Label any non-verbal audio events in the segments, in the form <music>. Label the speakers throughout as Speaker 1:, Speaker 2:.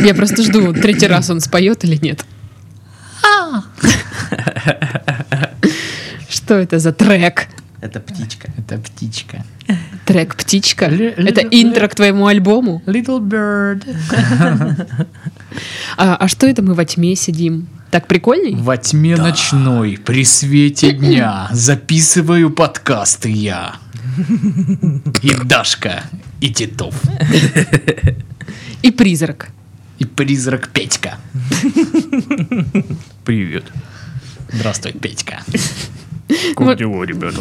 Speaker 1: Я просто жду, третий раз он споет или нет. А! Что это за трек?
Speaker 2: Это птичка.
Speaker 3: Это птичка.
Speaker 1: Трек «Птичка».
Speaker 3: Ле- ле-
Speaker 1: Это интро к твоему альбому.
Speaker 3: Little bird.
Speaker 1: А, а что это мы во тьме сидим? Так прикольней?
Speaker 3: Во тьме ночной, при свете дня, записываю подкасты я. И Дашка, и Титов,
Speaker 1: И призрак.
Speaker 3: и призрак Петька.
Speaker 4: Привет.
Speaker 3: Здравствуй, Петька.
Speaker 4: Как
Speaker 1: Вот.
Speaker 4: дела, ребята?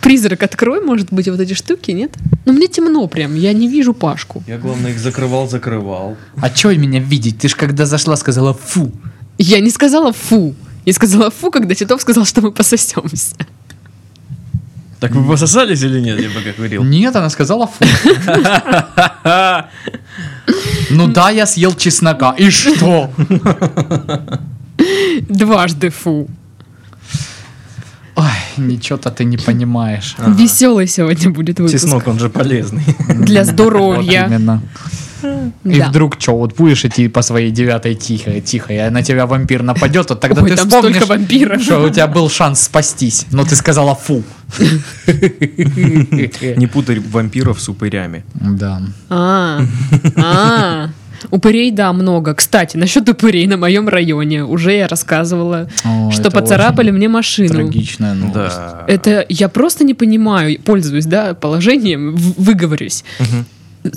Speaker 1: Призрак, открой, может быть, вот эти штуки, нет? Но мне темно прям, я не вижу Пашку.
Speaker 2: Я, главное, их закрывал-закрывал.
Speaker 3: А чё меня видеть? Ты ж когда зашла, сказала фу.
Speaker 1: Я не сказала «фу». Я сказала «фу», когда Титов сказал, что мы пососемся.
Speaker 2: Так вы пососались или нет? Я пока курил.
Speaker 3: Нет, она сказала фу. Ну да, я съел чеснока. И что?
Speaker 1: Дважды «фу».
Speaker 3: Ой, ничего-то ты не понимаешь.
Speaker 1: Веселый сегодня будет выпуск.
Speaker 2: Чеснок, он же полезный.
Speaker 1: Для
Speaker 3: Вот
Speaker 1: здоровья.
Speaker 3: именно. И
Speaker 1: Да.
Speaker 3: вдруг что, вот будешь идти по своей девятой тихо, тихо, и на тебя вампир нападет, вот тогда
Speaker 1: Ой,
Speaker 3: ты
Speaker 1: там
Speaker 3: вспомнишь,
Speaker 1: столько вампиров.
Speaker 3: что у тебя был шанс спастись, но ты сказала фу.
Speaker 2: <laughs> Не путай вампиров с упырями.
Speaker 3: Да.
Speaker 1: А, а. Упырей, да, много. Кстати, насчет упырей на моем районе. Уже я рассказывала,
Speaker 3: О,
Speaker 1: что
Speaker 3: это
Speaker 1: поцарапали ну.
Speaker 3: очень
Speaker 1: мне машину.
Speaker 3: Трагичная
Speaker 2: Ну,
Speaker 3: новость.
Speaker 2: Да.
Speaker 1: Это я просто не понимаю, пользуюсь, да, положением, в- выговорюсь.
Speaker 3: Ну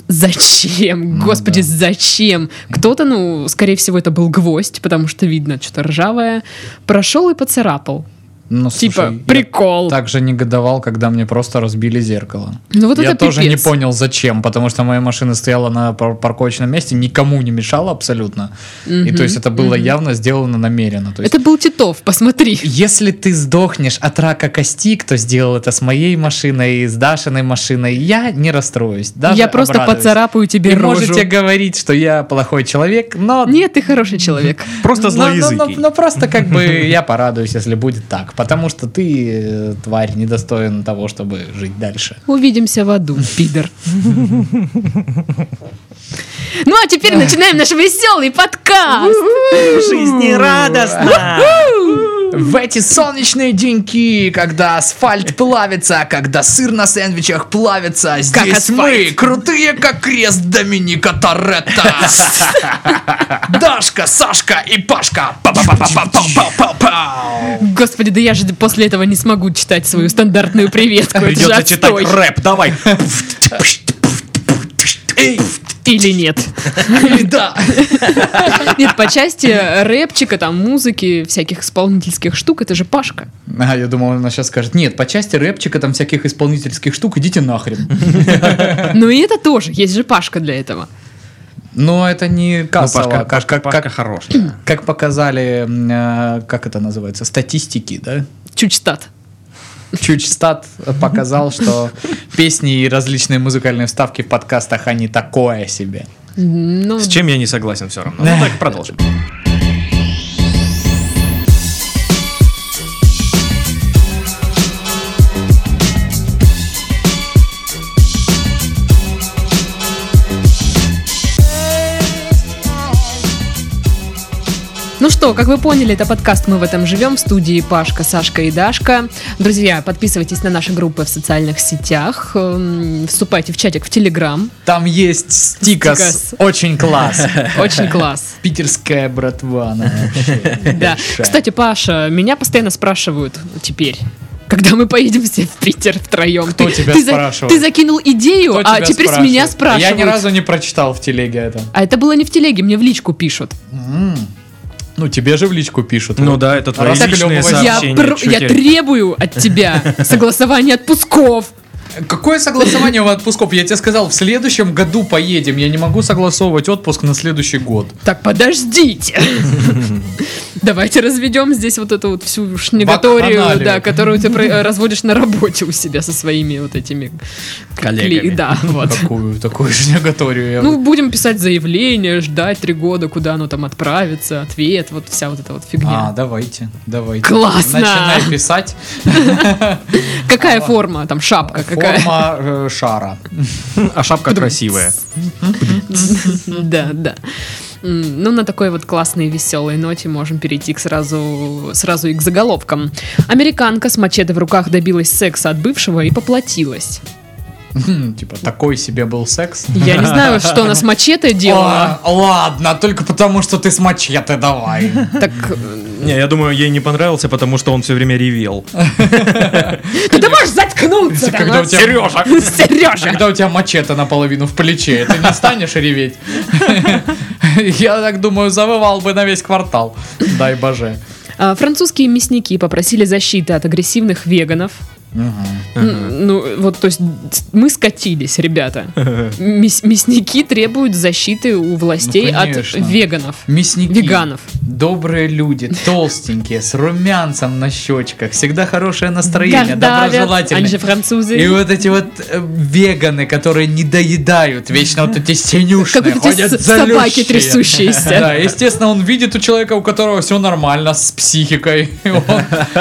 Speaker 1: Зачем? Господи, зачем? Кто-то, ну, скорее всего, это был гвоздь, потому что видно, что-то ржавое. Прошел и поцарапал.
Speaker 3: Ну,
Speaker 1: типа,
Speaker 3: слушай, я
Speaker 1: прикол.
Speaker 3: Так же негодовал, когда мне просто разбили зеркало.
Speaker 1: Ну вот
Speaker 3: я
Speaker 1: это
Speaker 3: тоже не
Speaker 1: пипец.
Speaker 3: понял, зачем, потому что моя машина стояла на пар- парковочном месте, никому не мешала абсолютно. И то есть это было явно сделано намеренно. То есть,
Speaker 1: Это был Титов, посмотри.
Speaker 3: Если ты сдохнешь от рака кости, кто сделал это с моей машиной и с Дашиной машиной, я не расстроюсь. даже
Speaker 1: я просто
Speaker 3: обрадуюсь.
Speaker 1: поцарапаю тебе
Speaker 3: И
Speaker 1: рожу.
Speaker 3: можете говорить, что я плохой человек, но...
Speaker 1: Нет, ты хороший человек.
Speaker 3: но-
Speaker 2: Просто
Speaker 3: но, но-
Speaker 2: злоязыкий.
Speaker 3: но просто как <laughs> бы я порадуюсь, если будет так. Потому что ты, э, тварь, недостоин того, чтобы жить дальше.
Speaker 1: Увидимся в аду, пидор. Ну а теперь начинаем наш веселый подкаст.
Speaker 2: Жизнерадостно!
Speaker 3: В эти солнечные деньки, когда асфальт плавится, когда сыр на сэндвичах плавится, здесь мы, крутые как крест Доминика <laughs> Торетто. Дашка, Сашка и Пашка. Па-па-па-па-пау-пау-пау.
Speaker 1: Господи, да я же после этого не смогу читать свою стандартную приветку. Это же
Speaker 3: Придется А читать
Speaker 1: отстой.
Speaker 3: рэп, давай. Эй,
Speaker 1: Или нет.
Speaker 3: или <laughs> да.
Speaker 1: Нет, по части рэпчика, там, музыки, всяких исполнительских штук, это же Пашка.
Speaker 3: А, я думал, она сейчас скажет, нет, по части рэпчика там всяких исполнительских штук, идите нахрен.
Speaker 1: Ну и это тоже, есть же Пашка для этого.
Speaker 3: Но это не кассово.
Speaker 2: Ну, Пашка,
Speaker 3: как-
Speaker 2: Пашка,
Speaker 3: как-
Speaker 2: Пашка хороший.
Speaker 3: Как показали, м, э, как это называется, статистики, да?
Speaker 1: Чучтат.
Speaker 3: Чучстат показал, что песни и различные музыкальные вставки в подкастах, они такое себе.
Speaker 1: Ну,
Speaker 2: С чем я не согласен все равно. Ну так, продолжим.
Speaker 1: Ну что, как вы поняли, это подкаст «Мы в этом живем» в студии Пашка, Сашка и Дашка. Друзья, подписывайтесь на наши группы в социальных сетях, эм, вступайте в чатик в Телеграм.
Speaker 3: Там есть стикос,
Speaker 1: Стикос.
Speaker 3: очень класс.
Speaker 1: Очень
Speaker 3: <laughs>
Speaker 1: класс.
Speaker 3: Питерская братва. она вообще.
Speaker 1: Да. Кстати, Паша, меня постоянно спрашивают теперь. Когда мы поедем все в Питер втроем?
Speaker 3: Кто тебя
Speaker 1: ты за-
Speaker 3: спрашивает?
Speaker 1: ты закинул идею,
Speaker 3: Кто
Speaker 1: а
Speaker 3: тебя
Speaker 1: теперь с меня
Speaker 3: спрашивает? А
Speaker 1: спрашивают.
Speaker 3: Я ни разу не прочитал в телеге это.
Speaker 1: А это было не в телеге, мне в личку пишут.
Speaker 3: Ну, тебе же в личку пишут.
Speaker 2: Ну да, это твои
Speaker 3: Разоблевывай.
Speaker 2: личные
Speaker 1: Я,
Speaker 2: сообщения.
Speaker 1: пр-
Speaker 2: чё
Speaker 1: я
Speaker 2: теперь?
Speaker 1: требую от
Speaker 3: <laughs>
Speaker 1: тебя согласование отпусков.
Speaker 3: Какое согласование в отпусков? Я тебе сказал, в следующем году поедем. Я не могу согласовывать отпуск на следующий год.
Speaker 1: Так, подождите. <laughs> Давайте разведем здесь вот эту вот всю шнегаторию,
Speaker 3: Вакханалию.
Speaker 1: да, которую ты про- э, разводишь на работе у себя со своими вот этими
Speaker 2: Коллегами.
Speaker 1: кли- Да, вот.
Speaker 3: Такую, такую шнягаторию я
Speaker 1: Ну, будем писать заявление, ждать три года, куда оно там отправится, ответ, вот вся вот эта вот
Speaker 3: А,
Speaker 1: фигня.
Speaker 3: давайте, давайте.
Speaker 1: Классно!
Speaker 3: Начинай писать.
Speaker 1: Какая форма? Там шапка <laughs> какая?
Speaker 3: Форма э, шара.
Speaker 2: А шапка красивая.
Speaker 1: <laughs> Да, да. М, Ну, на такой вот классной веселой ноте можем перейти к сразу, сразу и к заголовкам. Американка с мачете в руках добилась секса от бывшего и поплатилась.
Speaker 3: Хм, Типа, такой себе был секс.
Speaker 1: Я не
Speaker 3: <laughs>
Speaker 1: знаю, что она с мачете делала.
Speaker 3: А, Ладно, только потому, что ты с мачете
Speaker 1: <laughs>
Speaker 3: давай.
Speaker 1: Так, э,
Speaker 2: Не, я думаю, ей не понравился, потому что он все время ревел.
Speaker 1: ну ты можешь заткнуться, там,
Speaker 3: Когда
Speaker 1: а?
Speaker 3: у
Speaker 1: <laughs>
Speaker 3: тебя- Серёжа!
Speaker 1: Сережа!
Speaker 3: Когда у тебя мачете наполовину в плече, ты не станешь реветь? <laughs> Я так думаю, завывал бы на весь квартал. Дай боже.
Speaker 1: А, Французские мясники попросили защиты от агрессивных веганов. М, Ну, вот, то есть, мы скатились,
Speaker 3: <laughs>
Speaker 1: ребята. Мяс- Мясники требуют защиты у властей от
Speaker 3: Ну, конечно.
Speaker 1: веганов.
Speaker 3: Мясники.
Speaker 1: Веганов.
Speaker 3: Добрые люди, толстенькие, с румянцем на щечках, всегда хорошее настроение,
Speaker 1: Гордавят. Они же
Speaker 3: доброжелательные.
Speaker 1: французы.
Speaker 3: И вот эти вот э, веганы, которые не доедают, вечно вот эти синюшные,
Speaker 1: Как вот эти
Speaker 3: ходят
Speaker 1: с- собаки
Speaker 3: залющие.
Speaker 1: трясущиеся.
Speaker 3: Да, естественно, он видит у человека, у которого все нормально с психикой. <laughs> И он,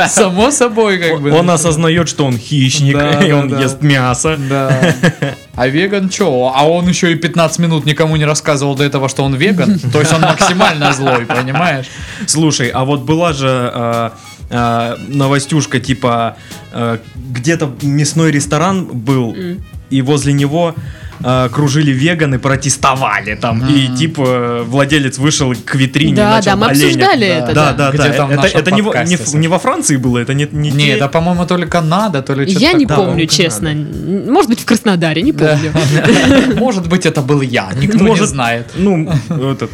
Speaker 3: само собой, как бы.
Speaker 2: Он осознает, что он хищник,
Speaker 3: Да,
Speaker 2: <laughs> и
Speaker 3: да,
Speaker 2: он
Speaker 3: да.
Speaker 2: ест мясо.
Speaker 3: Да. А веган чё? А он еще и 15 минут никому не рассказывал до этого, что он веган. То есть он максимально злой, понимаешь?
Speaker 2: Слушай, а вот была же э, э, новостюшка, типа э, где-то мясной ресторан был, и возле него э, кружили веганы, протестовали там, и типа владелец вышел к витрине.
Speaker 1: Да,
Speaker 2: и начал
Speaker 1: да, мы
Speaker 2: оленя-
Speaker 1: обсуждали
Speaker 2: Да,
Speaker 1: это, да.
Speaker 2: Да, да,
Speaker 3: Где
Speaker 2: да.
Speaker 3: там в
Speaker 2: Это,
Speaker 3: нашем
Speaker 2: это не, во-
Speaker 3: подкасте,
Speaker 2: не в-
Speaker 3: слушай.
Speaker 2: не во Франции было, это не не,
Speaker 3: Не,
Speaker 2: те-
Speaker 3: да, а, по-моему, то ли Канада, то
Speaker 1: Я
Speaker 3: ли чё-то
Speaker 1: не
Speaker 2: да,
Speaker 3: такое.
Speaker 1: помню,
Speaker 2: вот
Speaker 1: честно. Н- Может быть, в Краснодаре, не помню.
Speaker 3: <laughs> Может быть, это был я, никто не
Speaker 2: Может,
Speaker 3: знает.
Speaker 2: Ну, этот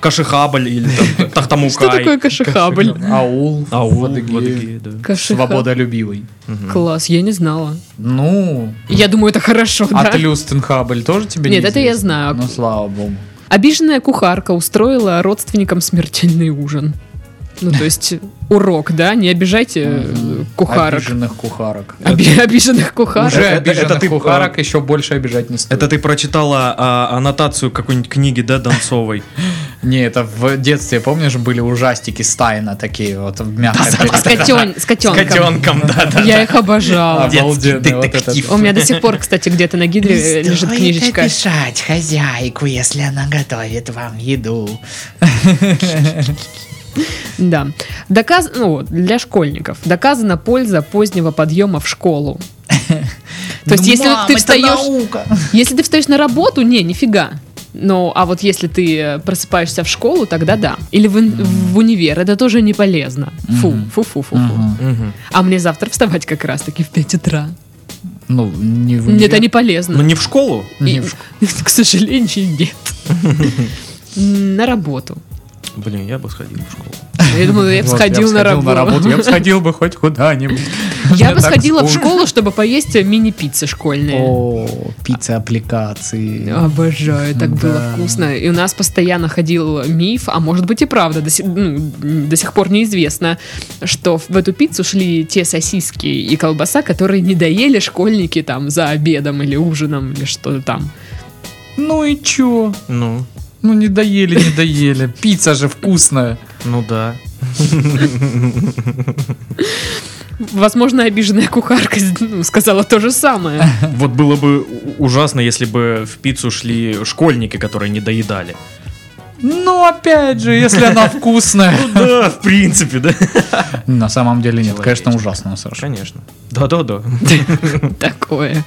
Speaker 2: Кашихабль или
Speaker 1: <laughs>
Speaker 2: там Тахтамукай.
Speaker 1: Что такое кашихабль?
Speaker 3: Аул,
Speaker 2: Ау,
Speaker 3: Адыгея.
Speaker 2: Адыгея, да.
Speaker 1: Кашиха-
Speaker 3: свободолюбивый.
Speaker 1: Класс, я не знала.
Speaker 3: Ну,
Speaker 1: Я думаю, это хорошо,
Speaker 3: а
Speaker 1: да?
Speaker 3: Тлюстенхабль тоже тебе
Speaker 1: Нет, это я
Speaker 3: неизвестно?
Speaker 1: знаю.
Speaker 3: Ну, слава богу.
Speaker 1: Обиженная кухарка устроила родственникам смертельный ужин. Ну, то есть, урок, да? Не обижайте э, кухарок.
Speaker 3: Обиженных кухарок.
Speaker 1: Оби- Обиженных кухарок.
Speaker 3: Уже
Speaker 2: это- это
Speaker 3: обиженных
Speaker 2: ты, э,
Speaker 3: кухарок еще больше обижать не стоит.
Speaker 2: Это ты прочитала а, аннотацию какой-нибудь книги, да, Донцовой?
Speaker 3: Не, это в детстве, помнишь, были ужастики Стайна такие, вот в мягкой
Speaker 1: С, котен- с
Speaker 2: С
Speaker 1: котенком.
Speaker 2: котенком, да, да.
Speaker 1: Я их обожала.
Speaker 2: Детский
Speaker 3: Обалденный вот этот.
Speaker 2: детектив.
Speaker 1: У меня до сих пор, кстати, где-то на гидре э, лежит книжечка.
Speaker 3: Пишать хозяйку, если она готовит вам еду.
Speaker 1: Да. Доказ... Ну, вот, для школьников. Доказана польза позднего подъема в школу. То
Speaker 3: Ну,
Speaker 1: есть, если ты встаешь... Если ты встаешь на работу, не, нифига. Ну, а вот если ты э, просыпаешься в школу, тогда да. Или в, ин- в универ, это тоже не полезно. Фу, фу, фу, фу, фу.
Speaker 2: Мгм.
Speaker 1: А мне завтра вставать как раз-таки в 5 утра.
Speaker 3: Ну, не в
Speaker 1: Мне это не
Speaker 2: Ну
Speaker 1: полезно.
Speaker 2: не в школу?
Speaker 1: И- <laughs> К сожалению, нет. <laughs> М, На работу.
Speaker 2: Блин, я бы сходил в школу.
Speaker 1: Я думала, я бы сходила на работу. <laughs>
Speaker 3: Я бы сходил бы хоть куда-нибудь.
Speaker 1: Я
Speaker 3: Мне
Speaker 1: бы
Speaker 3: так
Speaker 1: сходила в
Speaker 3: скучно.
Speaker 1: школу, чтобы поесть э, мини-пиццы школьные.
Speaker 3: О, пицца аппликации.
Speaker 1: А. Обожаю, так было
Speaker 3: Да.
Speaker 1: вкусно. И у нас постоянно ходил миф, а может быть и правда, до, си- ну, до сих пор неизвестно, что в эту пиццу шли те сосиски и колбаса, которые не доели школьники там за обедом или ужином или что-то там.
Speaker 3: Ну и чё?
Speaker 2: Ну,
Speaker 3: Ну не доели, не доели. Пицца же вкусная.
Speaker 2: ну да.
Speaker 1: Возможно, обиженная кухарка ну, сказала то же самое.
Speaker 2: <laughs> Вот было бы у- ужасно, если бы в пиццу шли школьники, которые не доедали.
Speaker 3: Ну опять же, если она вкусная.
Speaker 2: Ну <laughs> Да, в принципе, да.
Speaker 3: <laughs> На самом деле нет,
Speaker 2: Человечек.
Speaker 3: конечно, ужасно, Саша.
Speaker 2: Конечно. Да-да-да.
Speaker 1: Такое.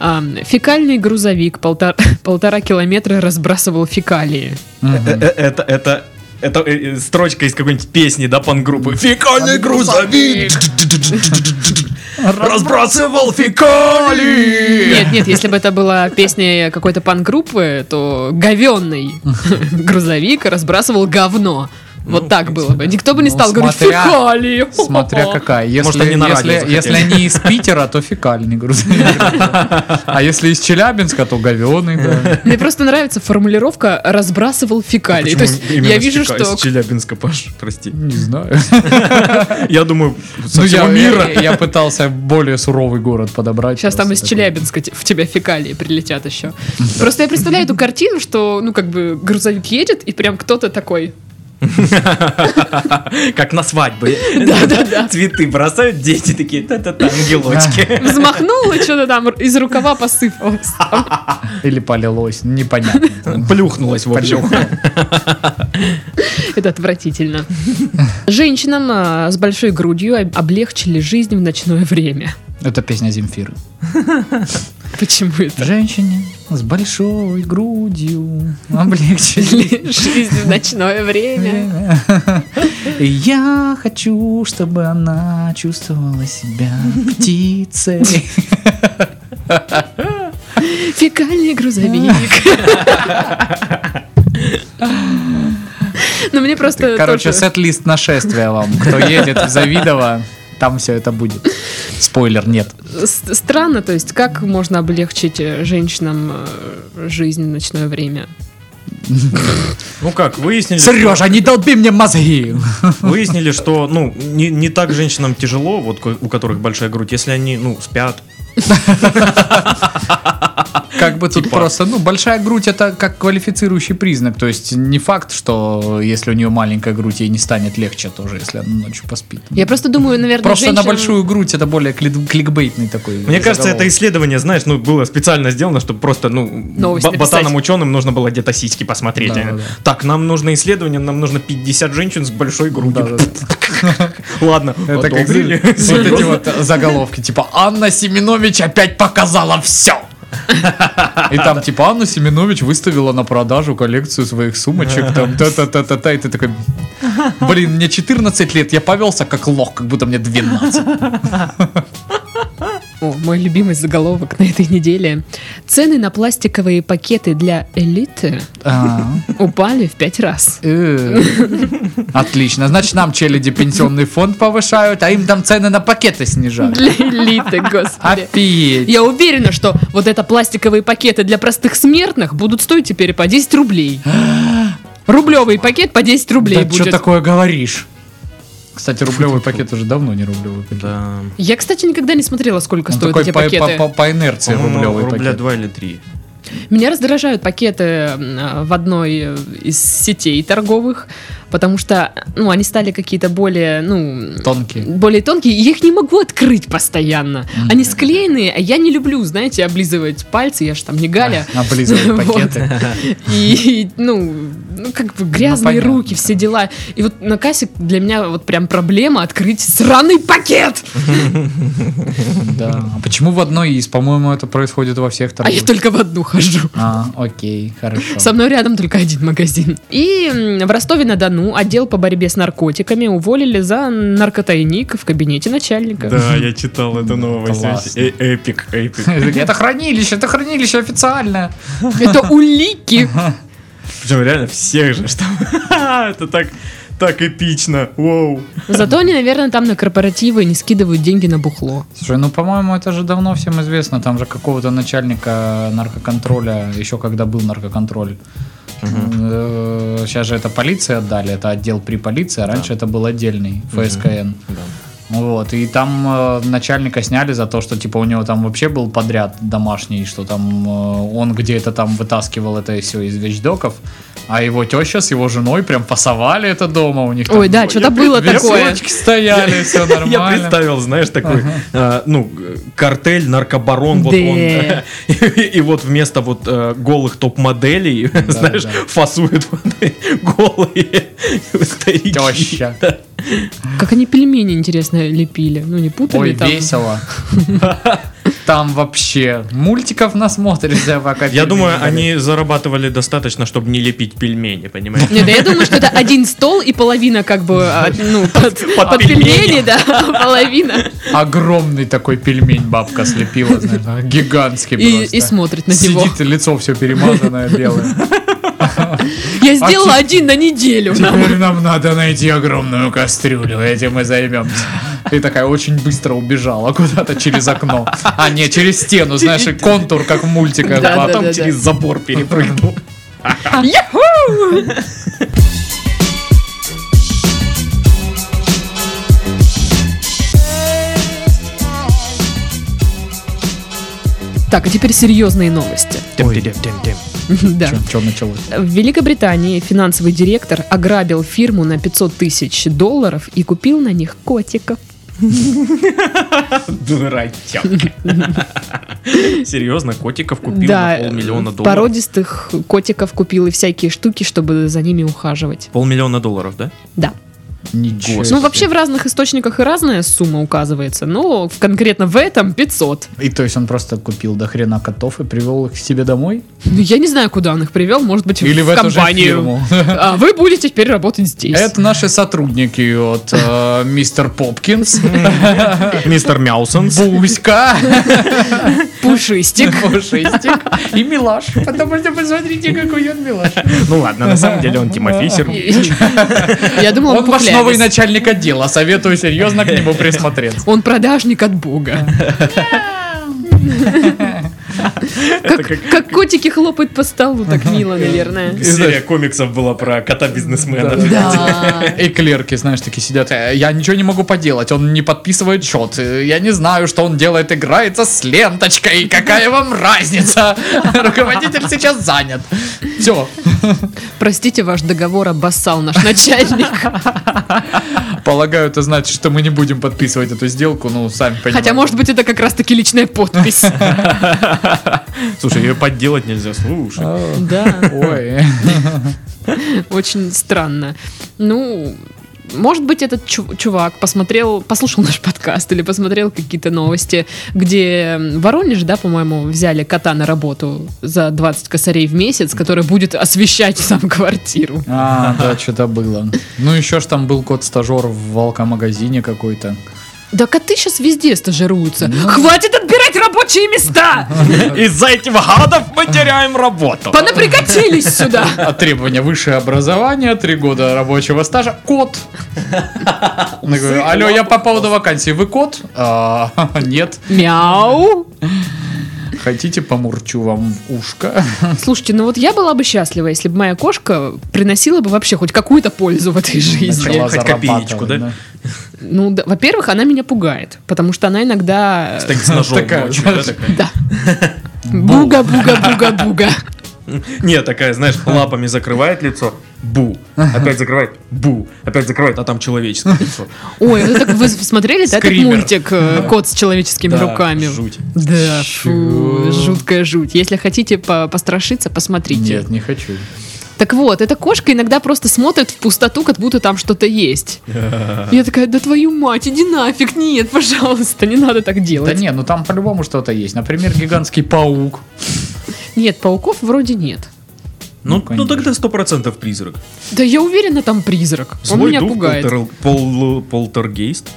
Speaker 1: А, фекальный грузовик полтора, <laughs> полтора километра разбрасывал фекалии.
Speaker 2: Э, э, э, Это, это, это э, э, строчка из какой-нибудь песни, да, пан-группы. Фекальный <laughs> грузовик разбрасывал фекалии.
Speaker 1: Нет, нет, если бы это была песня какой-то пан-группы, то говенный <laughs> грузовик разбрасывал говно. Вот
Speaker 2: Ну,
Speaker 1: так
Speaker 2: в
Speaker 1: было бы. Никто бы не
Speaker 3: Ну,
Speaker 1: стал говорить
Speaker 3: смотря-
Speaker 1: фекалии.
Speaker 3: Смотря
Speaker 1: <laughs>
Speaker 3: какая. Если,
Speaker 2: Может, они на радио
Speaker 3: если,
Speaker 2: захотели.
Speaker 3: если они из Питера, то фекальный <laughs> грузовик. А если из Челябинска, то говеный, да. <laughs>
Speaker 1: Мне просто нравится формулировка «разбрасывал фекалии». То
Speaker 2: А Почему
Speaker 1: есть
Speaker 2: именно
Speaker 1: я
Speaker 2: с
Speaker 1: вижу,
Speaker 2: Чика-
Speaker 1: что...
Speaker 2: Из Челябинска, Паш, прости.
Speaker 3: Не знаю.
Speaker 2: Я думаю, со
Speaker 3: Ну,
Speaker 2: всего
Speaker 3: я,
Speaker 2: мира.
Speaker 3: Я, я пытался более суровый город подобрать.
Speaker 1: Сейчас там из
Speaker 3: просто такой.
Speaker 1: Челябинска те- в тебя фекалии прилетят
Speaker 2: <laughs>
Speaker 1: еще. Просто я представляю эту картину, что, ну, как бы грузовик едет, и прям кто-то такой
Speaker 2: Как
Speaker 3: <laughs>
Speaker 2: на свадьбы. Цветы бросают дети такие,
Speaker 3: <laughs>
Speaker 2: та-та-та, ангелочки.
Speaker 1: Взмахнула, что-то там из рукава посыпалось.
Speaker 3: Или полилось,
Speaker 2: <laughs>
Speaker 3: непонятно.
Speaker 2: Плюхнулась, в общем.
Speaker 1: <laughs> Это отвратительно. Женщинам а, с большой грудью об- облегчили жизнь в ночное время.
Speaker 3: Это песня Земфиры.
Speaker 1: Почему это?
Speaker 3: Женщине с большой грудью облегчили
Speaker 1: Жизнь в ночное время.
Speaker 3: время. И Я хочу, чтобы она чувствовала себя птицей.
Speaker 1: Фекальный грузовик. Ну, мне просто
Speaker 3: Короче,
Speaker 1: тоже-
Speaker 3: сет-лист нашествия вам. Кто едет в Завидово, там все это будет. Спойлер, нет.
Speaker 1: с- странно, то есть, как можно облегчить э, женщинам э, жизнь в ночное время?
Speaker 2: Ну как, выяснили,
Speaker 3: Сережа, не долби мне мозги!
Speaker 2: выяснили, что ну не, не так женщинам тяжело, вот ко- у которых большая грудь, если они ну спят.
Speaker 3: Как бы тут
Speaker 2: Типа.
Speaker 3: просто, ну, большая грудь это как квалифицирующий признак. То есть не факт, что если у нее маленькая грудь, ей не станет легче тоже, если она ночью поспит.
Speaker 1: Я просто думаю, наверное,
Speaker 3: Просто на
Speaker 1: женщинам-
Speaker 3: большую грудь это более кли- кликбейтный такой.
Speaker 2: Мне кажется, это
Speaker 3: заголовок.
Speaker 2: исследование, знаешь, ну было специально сделано, чтобы просто ну
Speaker 1: Новость написать.
Speaker 2: ботанам ученым нужно было где-то сиськи посмотреть.
Speaker 3: Да, да, да.
Speaker 2: Так, нам нужно исследование, нам нужно 50 женщин с большой грудью.
Speaker 3: Да-да-да.
Speaker 2: <laughs> Ладно,
Speaker 3: Это как
Speaker 2: одобрили.
Speaker 3: <laughs> вот эти вот заголовки, типа Анна Семенович опять показала все. <laughs> И там типа Анна Семенович выставила на продажу коллекцию своих сумочек, там та-та-та-та-та, и ты такой, блин, мне 14 лет, я повелся как лох, как будто мне 12.
Speaker 1: О, мой любимый заголовок на этой неделе. Цены на пластиковые пакеты для элиты
Speaker 3: А,
Speaker 1: упали в пять раз.
Speaker 3: э. Отлично, значит нам челяди пенсионный фонд повышают, а им там цены на пакеты снижают.
Speaker 1: Для элиты, господи.
Speaker 3: Офигеть.
Speaker 1: Я уверена, что вот это пластиковые пакеты для простых смертных будут стоить теперь по 10
Speaker 3: <gasps>
Speaker 1: рублей. Рублевый пакет по 10 рублей
Speaker 3: Да что
Speaker 1: будет.
Speaker 3: такое говоришь? Кстати, рублевый пакет уже давно не рублевый пакет.
Speaker 2: <laughs> Да.
Speaker 1: Я, кстати, никогда не смотрела, сколько
Speaker 3: Он
Speaker 1: стоят
Speaker 3: такой
Speaker 1: эти
Speaker 3: по,
Speaker 1: пакеты.
Speaker 3: по- по- по инерции
Speaker 2: По-моему,
Speaker 3: рублевый
Speaker 2: рубля
Speaker 3: пакет.
Speaker 2: два или три.
Speaker 1: Меня раздражают пакеты м, а, в одной э, из сетей торговых, потому что, ну, они стали какие-то более, ну,
Speaker 3: Тонкий.
Speaker 1: более тонкие, и я их не могу открыть постоянно.
Speaker 3: Мгм.
Speaker 1: Они склеенные, а я не люблю, знаете, облизывать пальцы, я же там не Галя. <laughs>
Speaker 3: Облизывает
Speaker 1: Вот.
Speaker 2: <laughs>
Speaker 3: пакеты.
Speaker 1: И, ну, ну, как бы грязные
Speaker 3: понятно.
Speaker 1: руки, все дела. И вот на кассе для меня вот прям проблема открыть сраный пакет.
Speaker 3: Да. А Почему в одной из? По-моему, это происходит во всех
Speaker 1: А я
Speaker 3: торговых.
Speaker 1: только в одну хожу.
Speaker 3: А, окей, хорошо.
Speaker 1: Со мной рядом только один магазин. И м, в Ростове-на-Дону отдел по борьбе с наркотиками уволили за наркотайник в кабинете начальника.
Speaker 2: Да, я читал эту новость.
Speaker 3: Классно.
Speaker 2: Э- Эпик, эпик.
Speaker 3: <laughs> Это хранилище, это хранилище официальное.
Speaker 1: Это улики.
Speaker 2: Причем реально всех же, что <laughs> это так, так эпично. Воу.
Speaker 1: Зато они, наверное, там на корпоративы не скидывают деньги на бухло.
Speaker 3: Слушай, ну, по-моему, это же давно всем известно. Там же какого-то начальника наркоконтроля, еще когда был наркоконтроль, э, сейчас же это полиция отдали, это отдел при полиции, а раньше это был отдельный, ФСКН. Вот, и там э, начальника сняли за то, что типа у него там вообще был подряд домашний, что там э, он где-то там вытаскивал это все из вещдоков, а его теща с его женой прям пасовали это дома у них.
Speaker 1: Ой,
Speaker 3: там
Speaker 1: да, что-то было
Speaker 3: две
Speaker 1: такое.
Speaker 3: сумочки стояли, все нормально.
Speaker 2: Я представил, знаешь, такой, э, ну, э, картель, наркобарон, вот
Speaker 1: Да.
Speaker 2: он. э, И, <laughs> и вот вместо вот э, голых топ-моделей, <laughs> знаешь,
Speaker 3: да.
Speaker 2: фасуют вот эти голые <laughs> старики.
Speaker 3: Теща.
Speaker 1: Как они пельмени, интересно, лепили. Ну, не путали
Speaker 3: Ой,
Speaker 1: там.
Speaker 3: весело. Там вообще мультиков насмотришься пока.
Speaker 2: Я
Speaker 3: фильмы
Speaker 2: думаю,
Speaker 3: не
Speaker 2: они зарабатывали достаточно, чтобы не лепить пельмени, понимаешь?
Speaker 1: Нет, да я думаю, что это один стол и половина как бы, а, ну,
Speaker 3: <laughs>
Speaker 1: под, под
Speaker 2: пельмени.
Speaker 1: пельмени, да, <laughs> половина.
Speaker 3: дали. Огромный такой пельмень бабка слепила, знаешь, а, гигантский
Speaker 1: И,
Speaker 3: просто.
Speaker 1: и смотрит на него.
Speaker 3: Сидит, и лицо все перемазанное белое.
Speaker 1: <laughs> Я сделала
Speaker 3: А
Speaker 1: один на
Speaker 3: <laughs>
Speaker 1: неделю. нам.
Speaker 3: Теперь нам надо найти огромную кастрюлю, этим мы займемся. И такая очень быстро убежала куда-то через окно. А, не, через стену, знаешь, и контур, как в мультиках. а
Speaker 1: Да, да,
Speaker 3: была.
Speaker 2: Потом
Speaker 1: да.
Speaker 2: через забор перепрыгнул.
Speaker 3: А.
Speaker 1: Яху! Так, а теперь серьезные новости. а
Speaker 2: Тем-тем-тем-тем.
Speaker 1: <laughs> Да.
Speaker 3: Что началось?
Speaker 1: В Великобритании финансовый директор ограбил фирму на 500 тысяч долларов и купил на них котиков.
Speaker 2: Дурачок. <laughs> Серьезно, котиков купил
Speaker 1: да,
Speaker 2: на полмиллиона долларов.
Speaker 1: породистых котиков купил и всякие штуки, чтобы за ними ухаживать.
Speaker 2: Полмиллиона долларов, да?
Speaker 1: Да.
Speaker 3: Ничего.
Speaker 1: Ну,
Speaker 3: себе.
Speaker 1: вообще в разных источниках и разная сумма указывается, но в- конкретно в этом 500.
Speaker 3: И то есть он просто купил до хрена котов и привел их к себе домой?
Speaker 1: Ну, я не знаю, куда он их привел, может быть,
Speaker 3: Или в, эту же
Speaker 1: компанию.
Speaker 3: фирму?
Speaker 1: А вы будете теперь работать здесь.
Speaker 3: Это наши сотрудники от э, мистер <laughs> Попкинс,
Speaker 2: Мистер Мяусенс.
Speaker 3: <laughs> Буська, <laughs>
Speaker 1: Пушистик.
Speaker 3: Пушистик и Милаш. Потому что посмотрите, какой он Милаш.
Speaker 2: Ну ладно, на самом деле он Тимофей Сергеевич.
Speaker 1: Я думала,
Speaker 3: Он
Speaker 1: он
Speaker 3: ваш
Speaker 1: пухлявец.
Speaker 3: новый начальник отдела. Советую серьезно к
Speaker 1: <laughs>
Speaker 3: нему присмотреться.
Speaker 1: Он продажник от бога.
Speaker 2: Это как
Speaker 1: Как котики хлопают по столу, так мило, наверное.
Speaker 2: серия комиксов была про кота-бизнесмена.
Speaker 1: Да.
Speaker 3: И клерки, знаешь, такие сидят. «Э, Я ничего не могу поделать. Он не подписывает счет. Э, Я не знаю, что он делает. Играется с ленточкой. Какая вам разница? <laughs> Руководитель сейчас занят. Все.
Speaker 1: Простите, ваш договор обоссал наш начальник.
Speaker 3: Полагаю, это значит, что мы не будем подписывать эту сделку. Ну, сами понимаете.
Speaker 1: Хотя, может быть, это как раз-таки личная подпись.
Speaker 2: Слушай, ее подделать нельзя, слушай.
Speaker 1: Да. <laughs>
Speaker 3: Ой.
Speaker 1: Очень странно. Ну, может быть, этот чу- чувак посмотрел, послушал наш подкаст или посмотрел какие-то новости, где м, Воронеж, да, по-моему, взяли кота на работу за 20 косарей в месяц, который будет освещать сам квартиру.
Speaker 3: А, да, что-то было. Ну, еще ж там был кот-стажер в волка-магазине какой-то.
Speaker 1: Да коты сейчас везде стажируются. Хватит отбирать рабочие места!
Speaker 2: Из-за этих гадов мы теряем работу.
Speaker 1: Понаприкатились сюда!
Speaker 3: А требования высшее образование, три года рабочего стажа,
Speaker 2: <laughs>
Speaker 3: кот. Я говорю, Алло, я по поводу вакансии, вы кот? «А, <laughs> Нет.
Speaker 1: Мяу!
Speaker 3: Хотите, помурчу вам в ушко?
Speaker 1: Слушайте, ну вот я была бы счастлива, если бы моя кошка приносила бы вообще хоть какую-то пользу в этой жизни.
Speaker 3: Начала
Speaker 2: хоть
Speaker 3: зарабатывать,
Speaker 2: копеечку, да?
Speaker 1: Ну, да, во-первых, она меня пугает, потому что она иногда...
Speaker 2: Так с ножом
Speaker 3: Такая,
Speaker 2: ночью,
Speaker 3: знаешь,
Speaker 2: да, такая?
Speaker 1: Да. Буга-буга-буга-буга.
Speaker 2: Не, такая, знаешь, лапами закрывает лицо. Бу. Опять закрывает. Бу. Опять закрывает, а там человеческое лицо.
Speaker 1: Ой, ну так вы смотрели, да, этот
Speaker 3: Скример.
Speaker 1: мультик э, «Кот с человеческими
Speaker 2: Да,
Speaker 1: руками»?
Speaker 2: Жуть.
Speaker 1: Да, фу,
Speaker 3: Чё?
Speaker 1: жуткая жуть. Если хотите по- пострашиться, посмотрите.
Speaker 3: Нет, не хочу.
Speaker 1: Так вот, эта кошка иногда просто смотрит в пустоту, как будто там что-то есть. Я такая, да твою мать, иди нафиг, нет, пожалуйста, не надо так
Speaker 3: Да
Speaker 1: делать.
Speaker 3: не, ну там по-любому что-то есть. Например, гигантский паук.
Speaker 1: Нет, пауков вроде нет.
Speaker 3: Ну,
Speaker 2: Ну, ну
Speaker 3: конечно.
Speaker 2: тогда сто процентов призрак.
Speaker 1: Да я уверена, там призрак. Он
Speaker 2: Злой
Speaker 1: меня
Speaker 2: дух,
Speaker 1: пугает.
Speaker 2: полтер- пол- полтергейст.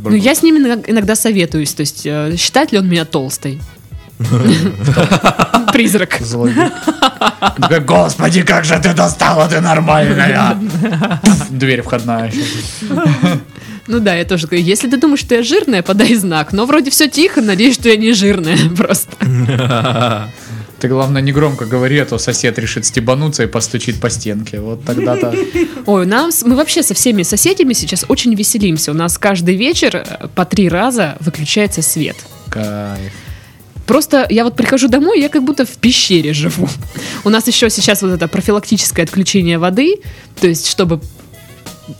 Speaker 1: Ну, я с ним иног- иногда советуюсь. То есть, э, считает ли он меня
Speaker 3: <laughs>
Speaker 1: толстой? Призрак.
Speaker 3: Злой <laughs> дух. Такой, Господи, как же ты достала, ты нормальная. Пф, <laughs> Дверь входная. ещё.
Speaker 1: Ну да, я тоже говорю, если ты думаешь, что я жирная, подай знак. Но вроде все тихо, надеюсь, что я не жирная <laughs> просто.
Speaker 3: Ты, главное, не громко говори, а то сосед решит стебануться и постучит по стенке. Вот тогда-то... <laughs>
Speaker 1: Ой, у нас, мы вообще со всеми соседями сейчас очень веселимся. У нас каждый вечер э, по три раза выключается свет.
Speaker 3: Кайф.
Speaker 1: Просто я вот прихожу домой, я как будто в пещере живу. У нас еще сейчас вот это профилактическое отключение воды, то есть чтобы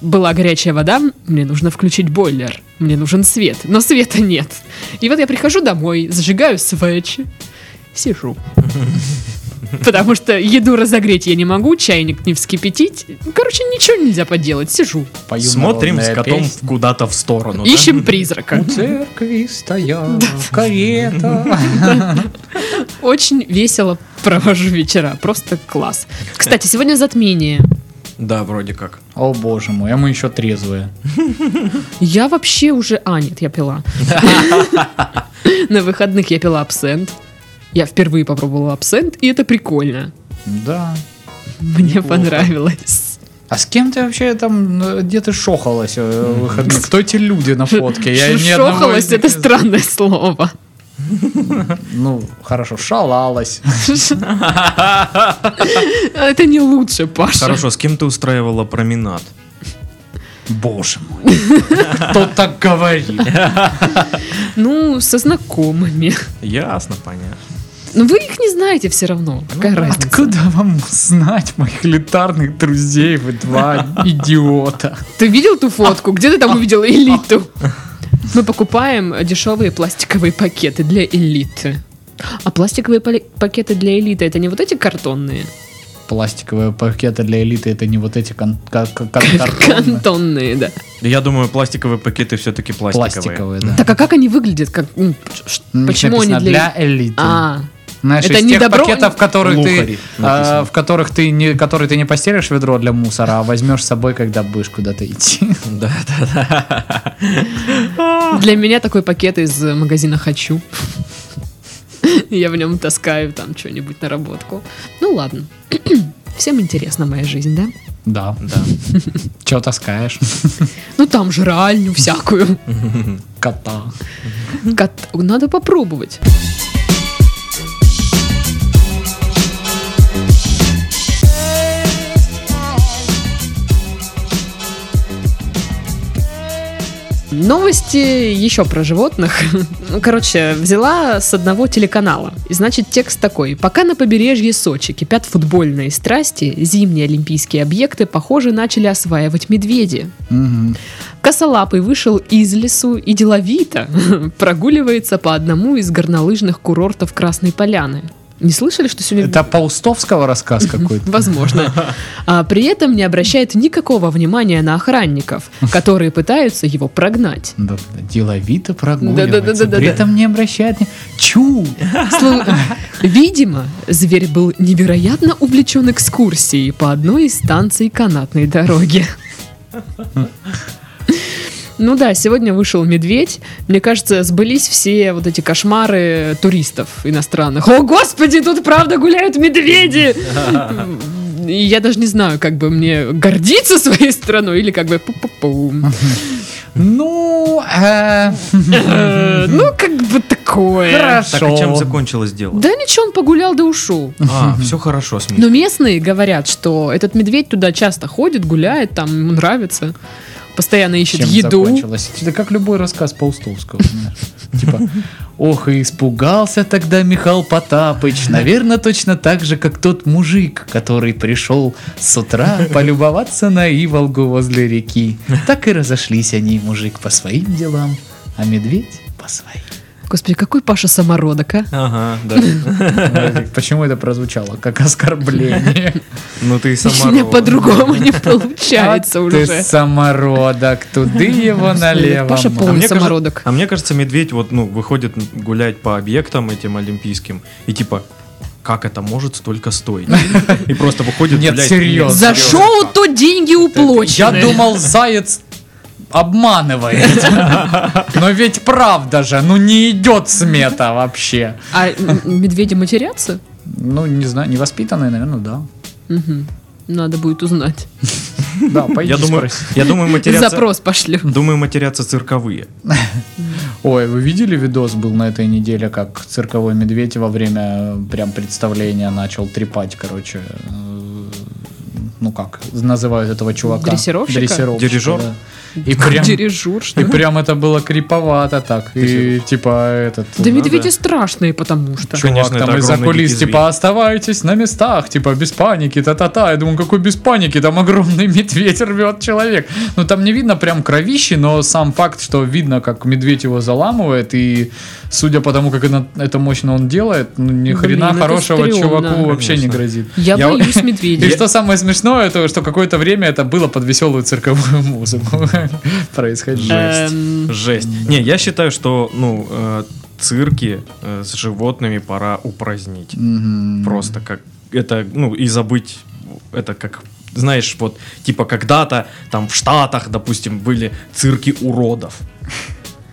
Speaker 1: была горячая вода, мне нужно включить бойлер, мне нужен свет, но света нет. И вот я прихожу домой, зажигаю свечи, сижу. Потому что еду разогреть я не могу, чайник не вскипятить. Ну, Короче, ничего нельзя поделать, сижу.
Speaker 3: Пою
Speaker 2: Смотрим с
Speaker 3: народная
Speaker 2: котом
Speaker 3: песня. <laughs>
Speaker 2: куда-то в сторону. Ну да?
Speaker 1: Ищем
Speaker 3: У
Speaker 1: призрака.
Speaker 3: церкви стояла карета.
Speaker 1: Очень весело провожу вечера, просто класс. Кстати, сегодня затмение.
Speaker 2: Да, вроде как.
Speaker 3: О боже мой, а мы еще трезвые.
Speaker 1: Я вообще уже... А, нет, я
Speaker 3: <laughs>
Speaker 1: пила. На выходных я пила абсент. Я впервые попробовала абсент, и это прикольно.
Speaker 3: Да.
Speaker 1: Мне
Speaker 3: Неплохо.
Speaker 1: понравилось.
Speaker 3: А с кем ты вообще там, э, где ты шохалась э, в выходные? Кто эти люди на фотке? <laughs> Я ни одного из
Speaker 1: Шохалась —
Speaker 3: них
Speaker 1: это
Speaker 3: не знаю.
Speaker 1: странное
Speaker 3: <laughs>
Speaker 1: слово.
Speaker 3: Ну, хорошо, шалалась.
Speaker 1: Это не лучше, Паша.
Speaker 2: Хорошо, с кем ты устраивала променад?
Speaker 3: Боже мой. Кто так говорит?
Speaker 1: Ну, со знакомыми.
Speaker 2: Ясно, понятно.
Speaker 1: Но вы их не знаете все равно.
Speaker 3: Ну,
Speaker 1: Какая разница?
Speaker 3: Откуда вам знать моих элитарных друзей, вы два идиота?
Speaker 1: Ты видел ту фотку? Где ты там увидел элиту? А. Мы покупаем дешевые пластиковые пакеты для элиты. А пластиковые пали- пакеты для элиты это не вот эти картонные?
Speaker 3: Пластиковые пакеты для элиты это не вот эти кон- кон- кон- картонные.
Speaker 1: Кантонные, да.
Speaker 2: Я думаю, пластиковые пакеты все-таки пластиковые.
Speaker 3: Пластиковые, да.
Speaker 1: Так а как они выглядят? Как, ну, ш-
Speaker 3: Ну,
Speaker 1: почему
Speaker 3: написано,
Speaker 1: они для...
Speaker 3: для элиты?
Speaker 1: А,
Speaker 3: Знаешь,
Speaker 1: Это
Speaker 3: из
Speaker 1: не
Speaker 3: тех
Speaker 1: добро-
Speaker 3: пакетов, которые
Speaker 2: Лухари
Speaker 3: ты,
Speaker 2: написано.
Speaker 3: а, в которых ты не, которые ты не постелишь в ведро для мусора, а возьмешь с собой, когда будешь куда-то идти. <laughs>
Speaker 2: Да, да, да.
Speaker 1: для меня такой пакет из э, магазина «Хочу». <laughs> Я в нем таскаю там что-нибудь наработку. Ну ладно. <clears throat> Всем интересна моя жизнь, да?
Speaker 3: Да.
Speaker 2: Да.
Speaker 3: Чего таскаешь?
Speaker 1: Ну там жральню всякую.
Speaker 3: Кота.
Speaker 1: Кот- Надо попробовать. Новости еще про животных. Ну, Короче, взяла с одного телеканала. И значит, текст такой. Пока на побережье Сочи кипят футбольные страсти, зимние олимпийские объекты, похоже, начали осваивать медведи.
Speaker 3: Мгм.
Speaker 1: Косолапый вышел из лесу и деловито <laughs> прогуливается по одному из горнолыжных курортов Красной Поляны. Не слышали, что сегодня...
Speaker 3: Это
Speaker 1: <laughs>
Speaker 3: Паустовского рассказ какой-то.
Speaker 1: Возможно. А при этом не обращает никакого внимания на охранников, которые пытаются его прогнать.
Speaker 3: Да, да, деловито прогуливается,
Speaker 1: Да-да-да-да-да-да.
Speaker 3: при этом не обращает ни- Чу!
Speaker 1: Слу- Видимо, зверь был невероятно увлечен экскурсией по одной из станций канатной дороги. Ну да, сегодня вышел медведь. Мне кажется, сбылись все вот эти кошмары туристов иностранных. О, господи, тут правда гуляют медведи! И Я даже не знаю, как бы мне гордиться своей страной или как бы пу-пу-пу.
Speaker 3: Ну, э,
Speaker 1: Э, Ну, как бы такое.
Speaker 3: хорошо.
Speaker 2: Так, а чем закончилось дело?
Speaker 1: Да ничего, он погулял да Ну, ушел.
Speaker 2: А, все хорошо с
Speaker 1: Но местные говорят, что этот медведь туда часто ходит, гуляет, там ему нравится, постоянно ищет
Speaker 3: Чем
Speaker 1: еду.
Speaker 3: закончилось? Это как любой рассказ Паустовского. знаешь. Типа, ох, и испугался тогда Михаил Потапыч. Наверное, точно так же, как тот мужик, который пришел с утра полюбоваться на Иволгу возле реки. Так и разошлись они, мужик, по своим делам, а медведь по своим.
Speaker 1: Господи, какой Паша самородок, а?
Speaker 2: Ага, да.
Speaker 1: <laughs>
Speaker 3: Почему это прозвучало? Как оскорбление.
Speaker 2: Ну ты и
Speaker 1: У меня
Speaker 2: сама.
Speaker 1: по-другому не получается
Speaker 3: А Ты
Speaker 1: уже.
Speaker 3: самородок, туды его налево.
Speaker 1: Паша
Speaker 3: мам.
Speaker 2: А
Speaker 1: полный
Speaker 2: мне кажется-
Speaker 1: самородок.
Speaker 2: А мне кажется, медведь вот, ну, выходит гулять по объектам этим олимпийским и типа, как это может столько <laughs> стоить? И просто выходит
Speaker 3: Нет,
Speaker 2: гулять.
Speaker 3: серьезно.
Speaker 1: За шоу то деньги
Speaker 3: Я
Speaker 1: уплочены.
Speaker 3: думал, заяц обманывает. Но ведь правда же, ну не идет смета вообще.
Speaker 1: А м- медведи матерятся?
Speaker 3: Ну, не знаю, невоспитанные, наверное, да.
Speaker 1: Мгм. Надо будет узнать.
Speaker 3: Да, пойди
Speaker 2: <laughs> Я думаю,
Speaker 3: спроси.
Speaker 2: я думаю, <laughs> матерятся...
Speaker 1: Запрос пошлю.
Speaker 2: Думаю, матерятся цирковые.
Speaker 3: Ой, вы видели видос был на этой неделе, как цирковой медведь во время э, прям представления начал трепать, короче, э, ну как, называют этого чувака.
Speaker 1: Дрессировщика?
Speaker 3: Дрессировщика,
Speaker 2: Дирижер?
Speaker 3: да. И прям,
Speaker 1: Дирижур, что
Speaker 3: и
Speaker 1: ли?
Speaker 3: прям это было криповато так. И типа этот...
Speaker 1: Да медведи страшные, потому что.
Speaker 2: Чё?
Speaker 3: Чувак
Speaker 2: Конечно, это
Speaker 3: там из-за
Speaker 2: огромный
Speaker 3: кулис,
Speaker 2: дикий зверь.
Speaker 3: типа, оставайтесь на местах, типа, без паники, та-та-та. Я думаю, какой без паники, там огромный <laughs> медведь рвет человек. Ну, там не видно прям кровищи, но сам факт, что видно, как медведь его заламывает, и судя по тому, как это, это мощно он делает, ну, ни
Speaker 1: Блин,
Speaker 3: хрена
Speaker 1: это
Speaker 3: хорошего
Speaker 1: стрёмно.
Speaker 3: чуваку вообще не
Speaker 2: Конечно.
Speaker 3: грозит.
Speaker 1: Я
Speaker 3: Я-
Speaker 1: боюсь
Speaker 3: <laughs> И
Speaker 1: медведей.
Speaker 3: что самое смешное, то, что какое-то время это было под веселую цирковую <laughs> музыку происходило.
Speaker 1: Эм,
Speaker 2: Жесть. Не, я считаю, что, ну, э, цирки э, с животными пора упразднить.
Speaker 3: Мгм.
Speaker 2: Просто как это, ну, и забыть это как знаешь, вот, типа, когда-то там в Штатах, допустим, были цирки уродов.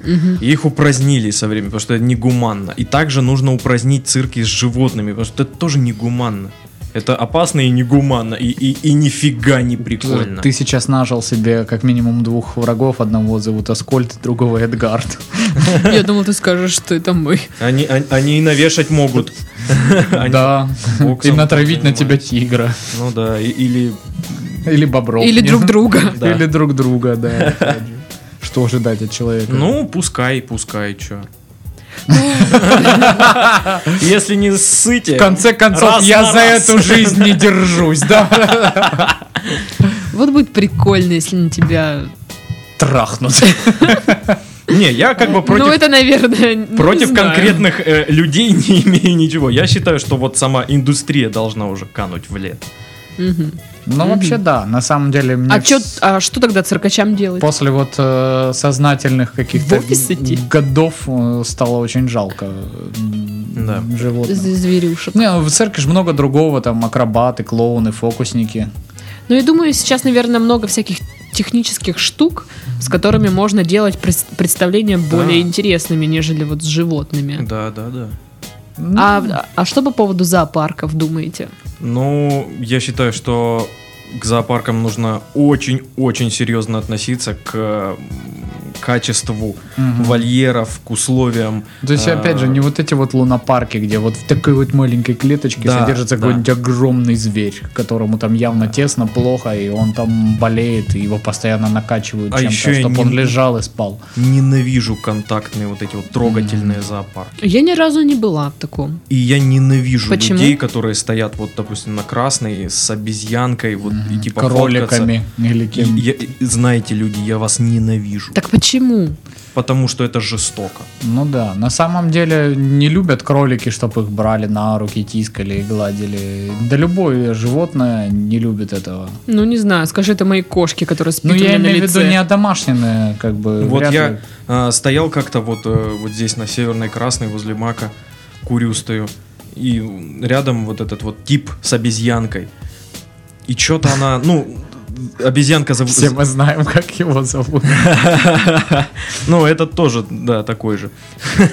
Speaker 1: мгм.
Speaker 2: И их упразднили со временем, потому что это негуманно. И также нужно упразднить цирки с животными, потому что это тоже негуманно. Это опасно и негуманно, и, и, и нифига не прикольно.
Speaker 3: Ты сейчас нажил себе как минимум двух врагов. Одного зовут Аскольд, другого Эдгард.
Speaker 1: Эм, Я думал, ты скажешь, что это мы.
Speaker 2: Они, они, они и навешать могут. Они-
Speaker 3: Да.
Speaker 2: боксом
Speaker 3: И натравить на
Speaker 2: занимаются.
Speaker 3: тебя тигра.
Speaker 2: Ну да, и- или...
Speaker 3: Или бобров.
Speaker 1: Или
Speaker 3: Не
Speaker 1: друг
Speaker 3: знаю.
Speaker 1: друга.
Speaker 2: Да.
Speaker 3: Или друг
Speaker 2: <laughs>
Speaker 3: друга, да. Что ожидать от человека?
Speaker 2: <laughs> Ну, пускай, пускай, чё. Если не ссыте...
Speaker 3: В конце концов,
Speaker 2: раз
Speaker 3: я
Speaker 2: на
Speaker 3: за
Speaker 2: раз.
Speaker 3: эту жизнь не держусь,
Speaker 2: <laughs>
Speaker 3: да?
Speaker 1: Вот будет прикольно, если на тебя...
Speaker 3: Трахнут.
Speaker 2: Не, я как бы
Speaker 1: Ну,
Speaker 2: против...
Speaker 1: это, наверное, <laughs> ну, не
Speaker 2: Против
Speaker 1: знаю.
Speaker 2: конкретных э, людей <laughs> не имею ничего. Я считаю, что вот сама индустрия должна уже кануть в лет.
Speaker 1: Мгм.
Speaker 3: Ну, вообще, да, на самом деле... мне
Speaker 1: А,
Speaker 3: вс-
Speaker 1: чё- а что тогда циркачам делать?
Speaker 3: После вот э, сознательных каких-то
Speaker 1: В офис идти?
Speaker 3: годов э, стало очень жалко м,
Speaker 2: Да.
Speaker 1: З-
Speaker 3: животных.
Speaker 1: Зверюшек.
Speaker 3: Не, ну, в церкви же много другого, там акробаты, клоуны, фокусники.
Speaker 1: Ну, я думаю, сейчас, наверное, много всяких технических штук, с которыми можно делать прес- представления более интересными, нежели вот с животными.
Speaker 2: Да, да, да.
Speaker 3: Ну,
Speaker 1: А, а что по поводу зоопарков думаете?
Speaker 2: Ну, я считаю, что к зоопаркам нужно очень-очень серьезно относиться к э, м, качеству
Speaker 3: Мгм.
Speaker 2: вольеров, к условиям.
Speaker 3: То есть,
Speaker 2: э,
Speaker 3: опять же, не вот эти вот лунопарки, где вот в такой вот маленькой клеточке
Speaker 2: Да,
Speaker 3: содержится
Speaker 2: да.
Speaker 3: какой-нибудь огромный зверь, которому там явно тесно, плохо, и он там болеет, и его постоянно накачивают
Speaker 2: А
Speaker 3: чем-то,
Speaker 2: еще и
Speaker 3: чтобы
Speaker 2: не-
Speaker 3: он лежал и спал.
Speaker 2: Ненавижу контактные вот эти вот трогательные зоопарки.
Speaker 1: Я ни разу не была в таком.
Speaker 2: И я ненавижу
Speaker 1: Почему?
Speaker 2: людей, которые стоят вот, допустим, на красной с обезьянкой, вот и типа фоткаться.
Speaker 3: Кроликами или
Speaker 2: И
Speaker 3: кем.
Speaker 2: я- и знаете, люди, я вас ненавижу.
Speaker 1: Так почему?
Speaker 2: Потому что это жестоко.
Speaker 3: Ну да, на самом деле не любят кролики, чтобы их брали на руки, тискали и гладили. Да любое животное не любит этого.
Speaker 1: Ну, не знаю, скажи это моей кошке, которая спит
Speaker 3: Ну
Speaker 1: у меня
Speaker 3: я
Speaker 1: на
Speaker 3: имею в
Speaker 1: лице.
Speaker 3: виду не одомашненное, как бы.
Speaker 2: Вот
Speaker 3: Э, вряд
Speaker 2: я
Speaker 3: ли.
Speaker 2: а, стоял как-то вот, э, вот здесь на Северной Красной возле Мака, курю стою, и рядом вот этот вот тип с обезьянкой. И что-то она, ну, обезьянка... зав-
Speaker 3: Все мы знаем, как его зовут.
Speaker 2: Ну, этот тоже, да, такой же.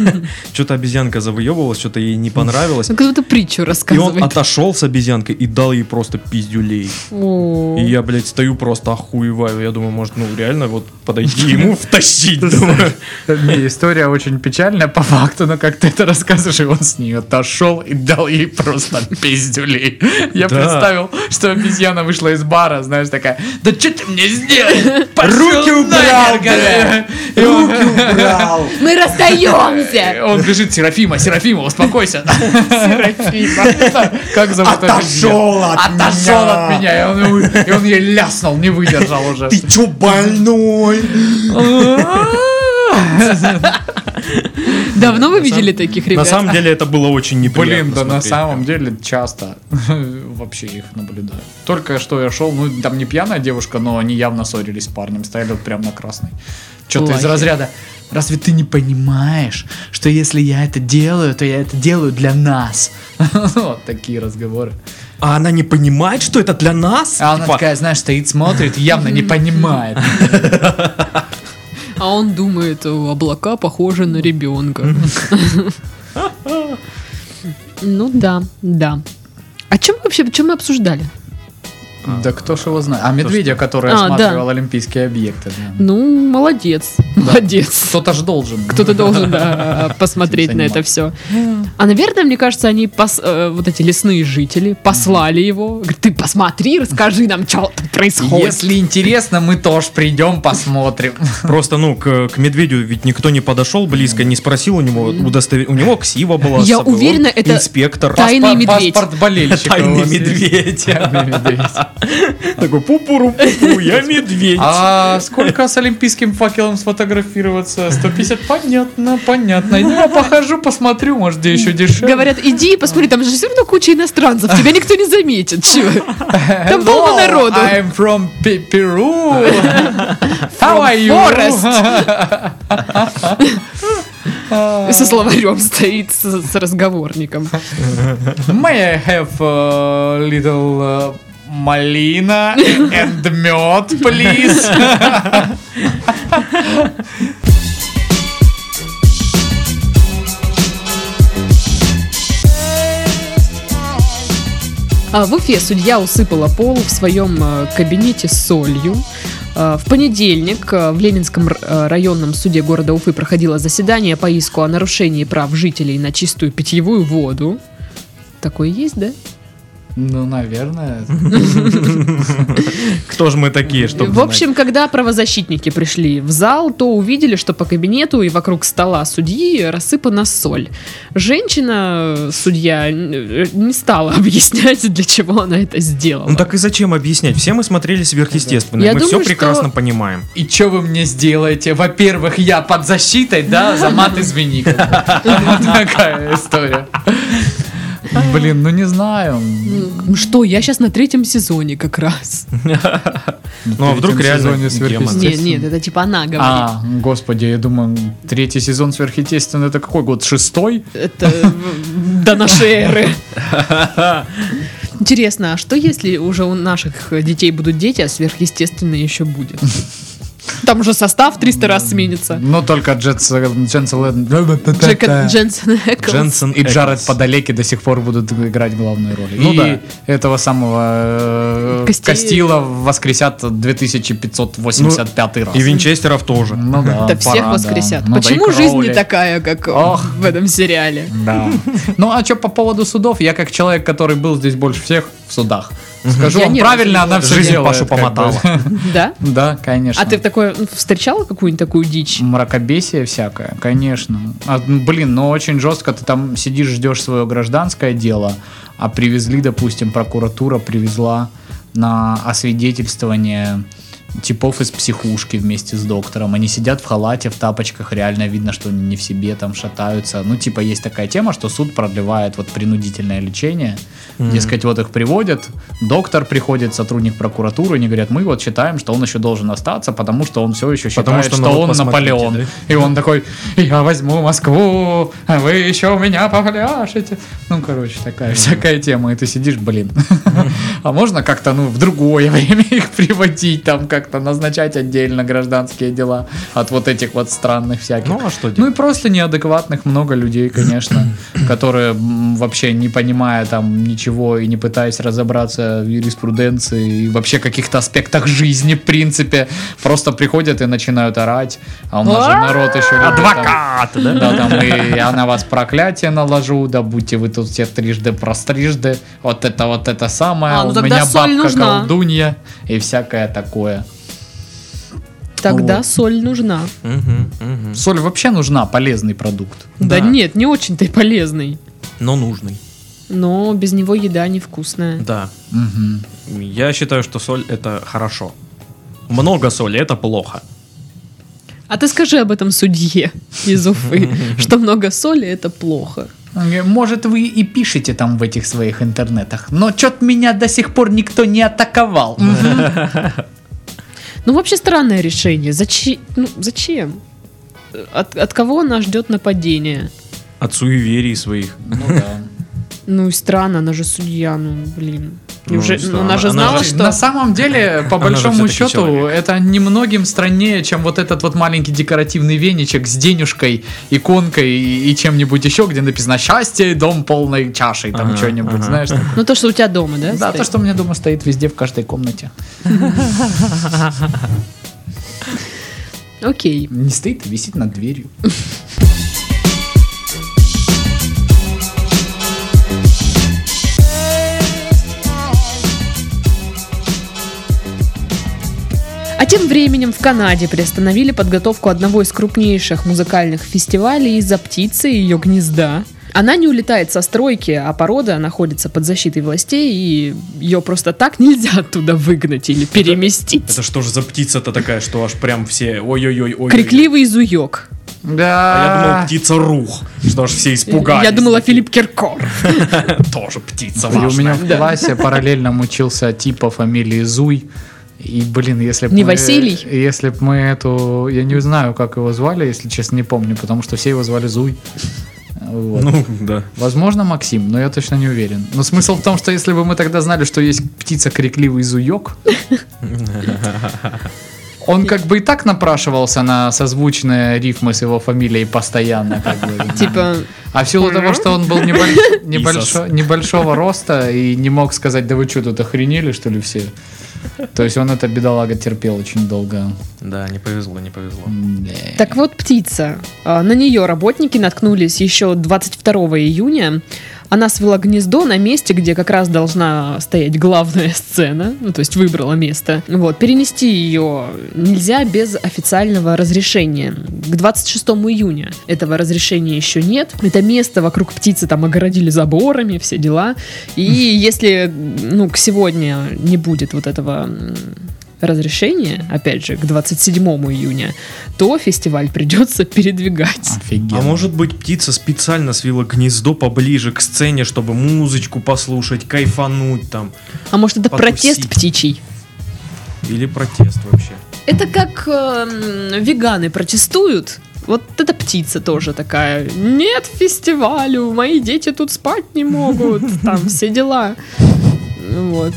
Speaker 2: <laughs> Что-то обезьянка завоевывалась, что-то ей не понравилось.
Speaker 1: Он Ну, как будто притчу
Speaker 2: И он
Speaker 1: рассказывает.
Speaker 2: отошел с обезьянкой и дал ей просто пиздюлей.
Speaker 1: О.
Speaker 2: И я, блядь, стою просто охуеваю. Я думаю, может, ну, реально вот
Speaker 1: <laughs>
Speaker 2: подойти ему, втащить, думаю.
Speaker 3: <laughs> Не, история очень печальная по факту, но как ты это рассказываешь, и он с нее отошел и дал ей просто пиздюлей. Я
Speaker 2: Да.
Speaker 3: представил, что обезьяна вышла из бара, знаешь, такая, да что ты мне сделал?
Speaker 2: Руки убрал,
Speaker 3: И он, <laughs>
Speaker 1: Мы
Speaker 3: и
Speaker 2: <laughs>
Speaker 1: расстаемся!
Speaker 3: он бежит, Серафима, Серафима, успокойся.
Speaker 1: Серафима.
Speaker 3: <laughs> Как зовут эту
Speaker 4: Отошел
Speaker 3: обезьяну?
Speaker 4: от
Speaker 3: Отошел от меня, и он, и он ей ляснул, не выдержал
Speaker 4: <laughs>
Speaker 3: уже.
Speaker 4: Ты чё больной?
Speaker 1: Давно вы видели таких
Speaker 2: На
Speaker 1: ребят?
Speaker 2: самом деле это было очень неприятно
Speaker 3: Блин, да на
Speaker 2: смотреть.
Speaker 3: самом деле часто <laughs> вообще их наблюдаю. Только что я шел, ну там не пьяная девушка, но они явно ссорились с парнем, стояли вот прям на красной. Что-то из
Speaker 1: Лохи.
Speaker 3: разряда. Разве ты не понимаешь, что если я это делаю, то я это делаю для нас? <laughs> Вот такие разговоры.
Speaker 2: А она не понимает, что это для нас?
Speaker 3: А она
Speaker 2: Типа,
Speaker 3: такая, <laughs> знаешь, стоит, смотрит, явно не понимает.
Speaker 1: А он думает, «О, облака похожи на ребенка. <laughs> Ну да, да. О чем вообще, чем мы обсуждали?
Speaker 3: Да кто ж его знает. <laughs> А медведя, который
Speaker 1: А, да.
Speaker 3: осматривал олимпийские объекты. да.
Speaker 1: Ну, молодец, молодец.
Speaker 3: Кто-то же должен.
Speaker 1: Кто-то должен да, посмотреть на это все. А, наверное, мне кажется, они, пос- э, вот эти лесные жители, послали его. Говорит, ты посмотри, расскажи нам, что тут происходит.
Speaker 3: Если интересно, мы тоже придем,
Speaker 1: <laughs>
Speaker 3: посмотрим.
Speaker 2: Просто, ну, к, к медведю ведь никто не подошел близко, не спросил у него удостовер... У него ксива была с
Speaker 1: Я
Speaker 2: собой, он
Speaker 1: уверена, это
Speaker 2: Инспектор.
Speaker 1: та- Тайный
Speaker 3: Паспорт-
Speaker 1: медведь.
Speaker 3: Паспорт болельщика. у
Speaker 2: Тайный
Speaker 3: вас есть?
Speaker 2: медведь.
Speaker 3: Тайный медведь.
Speaker 2: Такой, пупуру
Speaker 1: <laughs>
Speaker 2: я медведь.
Speaker 3: <laughs> А сколько с олимпийским факелом сфотографироваться? 150? Понятно, понятно. Я похожу, посмотрю, может, где еще дешевле.
Speaker 1: Говорят, иди и посмотри, там же все равно куча иностранцев, тебя никто не заметит. Чего? Там полно
Speaker 3: Hello,
Speaker 1: народу.
Speaker 3: I'm from Pe- <laughs> Peru. How are you?
Speaker 1: Со словарем стоит, с, с разговорником.
Speaker 3: <laughs> May I have a little uh,
Speaker 1: <laughs>
Speaker 3: малина and мед, please?
Speaker 1: А в Уфе судья усыпала пол в своем э, кабинете солью. Э, В понедельник э, в Ленинском р- э, районном суде города Уфы проходило заседание по иску о нарушении прав жителей на чистую питьевую воду. Такое есть, да?
Speaker 3: Ну, наверное.
Speaker 2: Кто же мы такие, чтобы
Speaker 1: в общем, когда правозащитники пришли в зал, то увидели, что по кабинету и вокруг стола судьи рассыпана соль. Женщина, судья, э, не стала <laughs> объяснять, для чего она это сделала.
Speaker 2: Ну так и зачем объяснять? Все мы смотрели сверхъестественное.
Speaker 1: Я
Speaker 2: мы
Speaker 1: думаю,
Speaker 2: все
Speaker 1: что-
Speaker 2: прекрасно понимаем.
Speaker 3: И что вы мне сделаете? Во-первых, я под защитой, да, за мат
Speaker 1: <laughs>
Speaker 3: извини. как бы. Вот такая история. Блин, ну не знаю.
Speaker 1: Ну Что, я сейчас на третьем сезоне как раз.
Speaker 2: Ну а вдруг реально демон.
Speaker 1: Нет,
Speaker 3: Естественно.
Speaker 1: нет, это типа она говорит.
Speaker 3: А, господи, я думаю, третий сезон сверхъестественно это какой год? Шестой?
Speaker 1: Это в- до нашей эры. Интересно, а что если уже у наших детей будут дети, а сверхъестественное еще будет? Там уже состав 300 раз сменится.
Speaker 3: Но только Джетс- Дженсен Лэд-
Speaker 1: Джека Дженсен Эклс.
Speaker 2: Дженсен
Speaker 3: и
Speaker 2: Эклс.
Speaker 3: Джаред Подалеки до сих пор будут играть главную роль.
Speaker 2: Ну
Speaker 3: и
Speaker 2: да.
Speaker 3: этого самого э,
Speaker 1: Кости-
Speaker 3: Костила воскресят 2585 раз.
Speaker 2: И Винчестеров тоже.
Speaker 3: Ну да,
Speaker 1: Да всех
Speaker 3: пора, да.
Speaker 1: воскресят.
Speaker 3: Ну да, и
Speaker 1: Почему жизнь не
Speaker 3: Кроули.
Speaker 1: такая, как
Speaker 3: Ох.
Speaker 1: в этом сериале?
Speaker 3: Да. Ну а что по поводу судов, я как человек, который был здесь больше всех в судах, скажу
Speaker 1: Я
Speaker 3: вам,
Speaker 1: ни разу не
Speaker 3: правильно она
Speaker 2: была.
Speaker 3: все
Speaker 2: Жизнь
Speaker 3: делает.
Speaker 2: Пашу
Speaker 3: как бы.
Speaker 2: помотала.
Speaker 1: Да?
Speaker 3: <laughs> Да, конечно.
Speaker 1: А ты в такое ну, встречала какую-нибудь такую дичь?
Speaker 3: Ну мракобесие всякое, конечно. А, ну, блин, но очень жестко ты там сидишь, ждешь свое гражданское дело, а привезли, допустим, прокуратура привезла на освидетельствование типов из психушки вместе с доктором. Они сидят в халате, в тапочках, реально видно, что они не в себе, там шатаются. Ну, типа, есть такая тема, что суд продлевает вот принудительное лечение. Дескать, вот их приводят, доктор приходит, сотрудник прокуратуры, они говорят, мы вот считаем, что он еще должен остаться, потому что он все еще
Speaker 2: Потому
Speaker 3: считает,
Speaker 2: что,
Speaker 3: что,
Speaker 2: ну, вот
Speaker 3: он
Speaker 2: посмотрите,
Speaker 3: Наполеон.
Speaker 2: да?
Speaker 3: И он такой, я возьму Москву, а вы еще у меня попляшете. Ну, короче, такая всякая тема. И ты сидишь, блин. <laughs> А можно как-то, ну, в другое <laughs> время их приводить, там как-то назначать отдельно гражданские дела от вот этих вот странных всяких.
Speaker 2: Ну а что
Speaker 3: Ну и
Speaker 2: делать?
Speaker 3: просто неадекватных много людей, конечно, которые м, вообще не понимая там ничего и не пытаясь разобраться в юриспруденции и вообще каких-то аспектах жизни, в принципе, просто приходят и начинают орать. А у нас же народ еще любит, там,
Speaker 2: Адвокат, да?
Speaker 3: да, там, и я на вас проклятие наложу, да будьте вы тут все трижды прострижды, вот это вот это самое,
Speaker 1: А, ну
Speaker 3: у
Speaker 1: тогда
Speaker 3: меня
Speaker 1: соль
Speaker 3: бабка
Speaker 1: нужна.
Speaker 3: колдунья и всякое такое.
Speaker 1: Тогда
Speaker 3: вот.
Speaker 1: соль нужна.
Speaker 2: Мгм, мгм.
Speaker 3: Соль вообще нужна, полезный продукт.
Speaker 1: Да нет, не очень-то и полезный.
Speaker 2: Но нужный.
Speaker 1: Но без него еда невкусная.
Speaker 2: Да.
Speaker 3: Мгм.
Speaker 2: Я считаю, что соль это хорошо. Много соли это плохо.
Speaker 1: А ты скажи об этом судье из
Speaker 3: <laughs>
Speaker 1: Уфы, что много соли это плохо.
Speaker 3: Он говорит, Может, вы и пишете там в этих своих интернетах, но чё-то меня до сих пор никто не атаковал.
Speaker 1: Ну, вообще странное решение. Зачем? Ну, зачем? От, от кого она ждет нападения?
Speaker 2: От суеверий своих.
Speaker 3: Ну
Speaker 2: А
Speaker 3: да.
Speaker 1: Ну и странно, она же судья, ну блин.
Speaker 2: Ну,
Speaker 1: Неужели-
Speaker 2: что,
Speaker 1: ну, она же
Speaker 2: она
Speaker 1: знала,
Speaker 2: же-
Speaker 1: что...
Speaker 3: На самом деле, по
Speaker 2: Она же
Speaker 3: большому
Speaker 2: всё-таки
Speaker 3: счету,
Speaker 2: человек.
Speaker 3: это немногим страннее, чем вот этот вот маленький декоративный веничек с денежкой, иконкой и, и чем-нибудь еще, где написано «Счастье, дом полной чашей», там
Speaker 2: Ага,
Speaker 3: что-нибудь,
Speaker 2: ага.
Speaker 3: знаешь? такое.
Speaker 1: Ну то, что у тебя дома, да?
Speaker 3: Да,
Speaker 1: стоит?
Speaker 3: то, что у меня дома стоит везде, в каждой комнате.
Speaker 1: Окей.
Speaker 3: Не стоит, а висит над дверью.
Speaker 1: А тем временем в Канаде приостановили подготовку одного из крупнейших музыкальных фестивалей из-за птицы и ее гнезда. Она не улетает со стройки, а порода находится под защитой властей, и ее просто так нельзя оттуда выгнать или переместить.
Speaker 2: Это что же за птица-то такая, что аж прям все ой-ой-ой. ой
Speaker 1: Крикливый зуёк.
Speaker 2: А я думал,
Speaker 3: Да.
Speaker 2: птица рух. Что аж все испугались.
Speaker 1: Я думала, Филипп Киркор.
Speaker 2: Тоже птица
Speaker 3: Блин, у меня
Speaker 2: важная.
Speaker 3: в классе параллельно мучился типа фамилии Зуй. И, блин, если бы
Speaker 1: Не Василий?
Speaker 3: Если бы мы эту... Я не знаю, как его звали, если честно, не помню, потому что все его звали Зуй. Вот.
Speaker 2: <laughs> Ну, да.
Speaker 3: Возможно, Максим, но я точно не уверен. Но смысл в том, что если бы мы тогда знали, что есть птица крикливый зуёк, он как бы и так напрашивался на созвучные рифмы с его фамилией постоянно. как бы.
Speaker 1: Типа,
Speaker 3: А в силу того, что он был небольш-
Speaker 1: <laughs>
Speaker 3: небольшо-
Speaker 2: Исос.
Speaker 3: небольшого роста и не мог сказать, да вы что, тут охренели, что ли, все? То есть он это, бедолага, терпел очень долго.
Speaker 2: Да, не повезло, не повезло.
Speaker 3: М-да.
Speaker 1: Так вот, птица. А, На нее работники наткнулись еще 22 июня. Она свела гнездо на месте, где как раз должна стоять главная сцена, ну, то есть выбрала место. Вот, перенести ее нельзя без официального разрешения. К 26 июня этого разрешения еще нет. Это место вокруг птицы там огородили заборами, все дела. И если, ну, к сегодня не будет вот этого м, разрешения, опять же, к 27 июня, то фестиваль придется передвигать.
Speaker 3: Офигенно.
Speaker 2: А может быть птица специально свила гнездо поближе к сцене, чтобы музычку послушать, кайфануть там.
Speaker 1: А может это протест
Speaker 2: потусить.
Speaker 1: птичий?
Speaker 2: Или протест вообще.
Speaker 1: Это как эм, веганы протестуют. Вот эта птица тоже такая. Нет фестивалю, мои дети тут спать не могут, там все дела. Вот.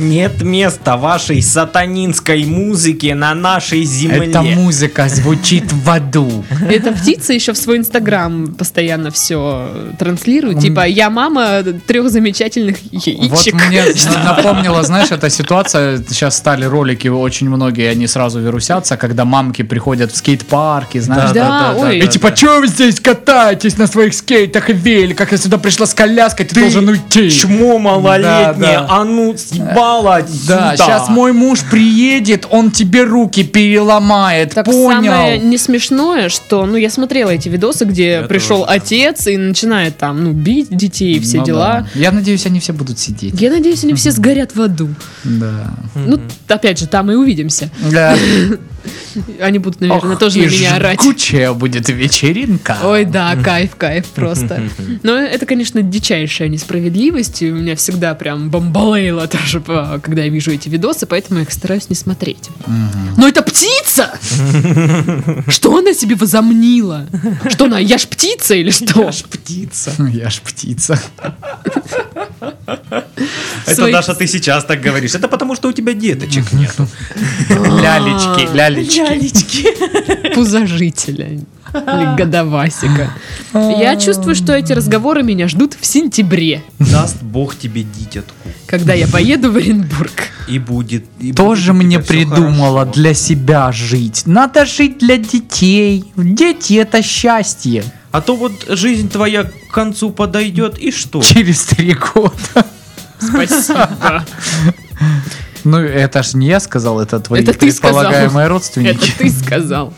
Speaker 4: Нет места вашей сатанинской музыки на нашей земле.
Speaker 3: Эта музыка звучит
Speaker 1: <laughs>
Speaker 3: в аду.
Speaker 1: Эта птица еще в свой инстаграм постоянно все транслирует. Типа, я мама трех замечательных
Speaker 3: Вот
Speaker 1: яичек. <laughs>
Speaker 3: мне напомнило, знаешь, эта ситуация. Сейчас стали ролики, очень многие, они сразу вирусятся, когда мамки приходят в скейт-парки, знаешь.
Speaker 1: Да, ой.
Speaker 3: И типа, что вы здесь катаетесь на своих скейтах и великах? Я сюда пришла с коляской, ты, должен уйти.
Speaker 2: Чмо малолетнее,
Speaker 3: Да, да.
Speaker 2: а ну съебало
Speaker 3: Да,
Speaker 2: отсюда.
Speaker 3: сейчас мой муж приедет, он тебе руки переломает,
Speaker 1: Так
Speaker 3: понял?
Speaker 1: самое не смешное, что, ну, я смотрела эти видосы, где
Speaker 2: Я
Speaker 1: пришел
Speaker 2: тоже.
Speaker 1: отец и начинает там, ну, бить детей и все
Speaker 3: Ну
Speaker 1: дела.
Speaker 3: да. Я надеюсь, они все будут сидеть.
Speaker 1: Я надеюсь, они все сгорят в аду.
Speaker 3: Да.
Speaker 1: Ну, опять же, там и увидимся. <laughs>
Speaker 3: Да.
Speaker 1: Они будут, наверное,
Speaker 3: Ох,
Speaker 1: тоже
Speaker 3: и
Speaker 1: на меня орать.
Speaker 3: жгучая будет вечеринка.
Speaker 2: А.
Speaker 1: Ой, да, кайф, кайф
Speaker 2: <laughs>
Speaker 1: просто. Но это, конечно, дичайшая несправедливость. И у меня всегда прям бомбалейло даже, по- когда я вижу эти видосы, поэтому я их стараюсь не смотреть. Но это
Speaker 2: <laughs>
Speaker 1: птица! Что она себе возомнила? Что она, я ж птица или что?
Speaker 2: птица.
Speaker 3: Ну, Я
Speaker 1: <laughs>
Speaker 3: ж птица.
Speaker 2: Это
Speaker 1: Свои-
Speaker 2: Даша, ты сейчас так говоришь. Это потому, что у тебя деточек нету.
Speaker 1: А,
Speaker 3: Лялечки, лялечки.
Speaker 1: Пузожителя. Или годовасика. Я чувствую, что эти разговоры меня ждут в сентябре,
Speaker 2: Даст Бог тебе дитятку.
Speaker 1: когда я поеду в Оренбург.
Speaker 2: И будет. и
Speaker 3: Тоже
Speaker 2: будет у
Speaker 3: мне
Speaker 2: тебя всё
Speaker 3: придумала
Speaker 2: хорошо.
Speaker 3: для себя жить. Надо жить для детей. Дети это счастье.
Speaker 2: А то вот жизнь твоя к концу подойдет, и что?
Speaker 3: Через три года.
Speaker 1: Спасибо.
Speaker 3: Ну, это ж не я сказал, это твои
Speaker 1: Это ты сказал.
Speaker 3: предполагаемые родственники.
Speaker 1: Это ты сказал.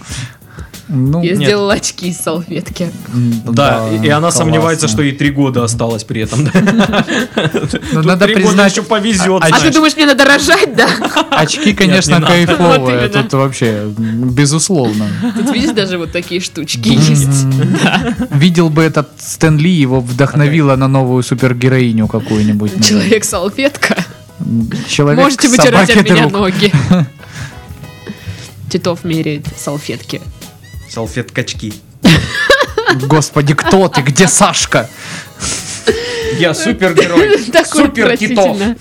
Speaker 3: Ну,
Speaker 1: Я
Speaker 2: Нет.
Speaker 1: сделала очки из салфетки.
Speaker 3: м,
Speaker 2: Да, и, и она
Speaker 3: классно.
Speaker 2: сомневается, что ей три года осталось при этом. да?
Speaker 3: Ну,
Speaker 2: Тут
Speaker 3: надо
Speaker 2: три года
Speaker 3: признать,
Speaker 2: еще повезет.
Speaker 3: а-
Speaker 1: А ты
Speaker 2: значит.
Speaker 1: думаешь, мне надо рожать, да?
Speaker 3: очки, конечно,
Speaker 2: не надо.
Speaker 3: кайфовые.
Speaker 1: Вот именно.
Speaker 3: Тут вообще, м, безусловно.
Speaker 1: Тут видишь, даже вот такие штучки есть.
Speaker 3: М, Видел бы этот Стэн Ли, его вдохновило на новую супергероиню какую-нибудь. наверное.
Speaker 1: Человек-салфетка.
Speaker 3: М, Человек
Speaker 1: Можете
Speaker 3: к
Speaker 1: вытирать от
Speaker 3: собаке
Speaker 1: меня
Speaker 3: друг.
Speaker 1: ноги. Титов меряет салфетки. <laughs>
Speaker 2: Салфеткачки.
Speaker 3: Господи, кто ты? Где Сашка?
Speaker 2: Я супергерой.
Speaker 1: Такой
Speaker 2: Супер Титов.
Speaker 1: отвратительно.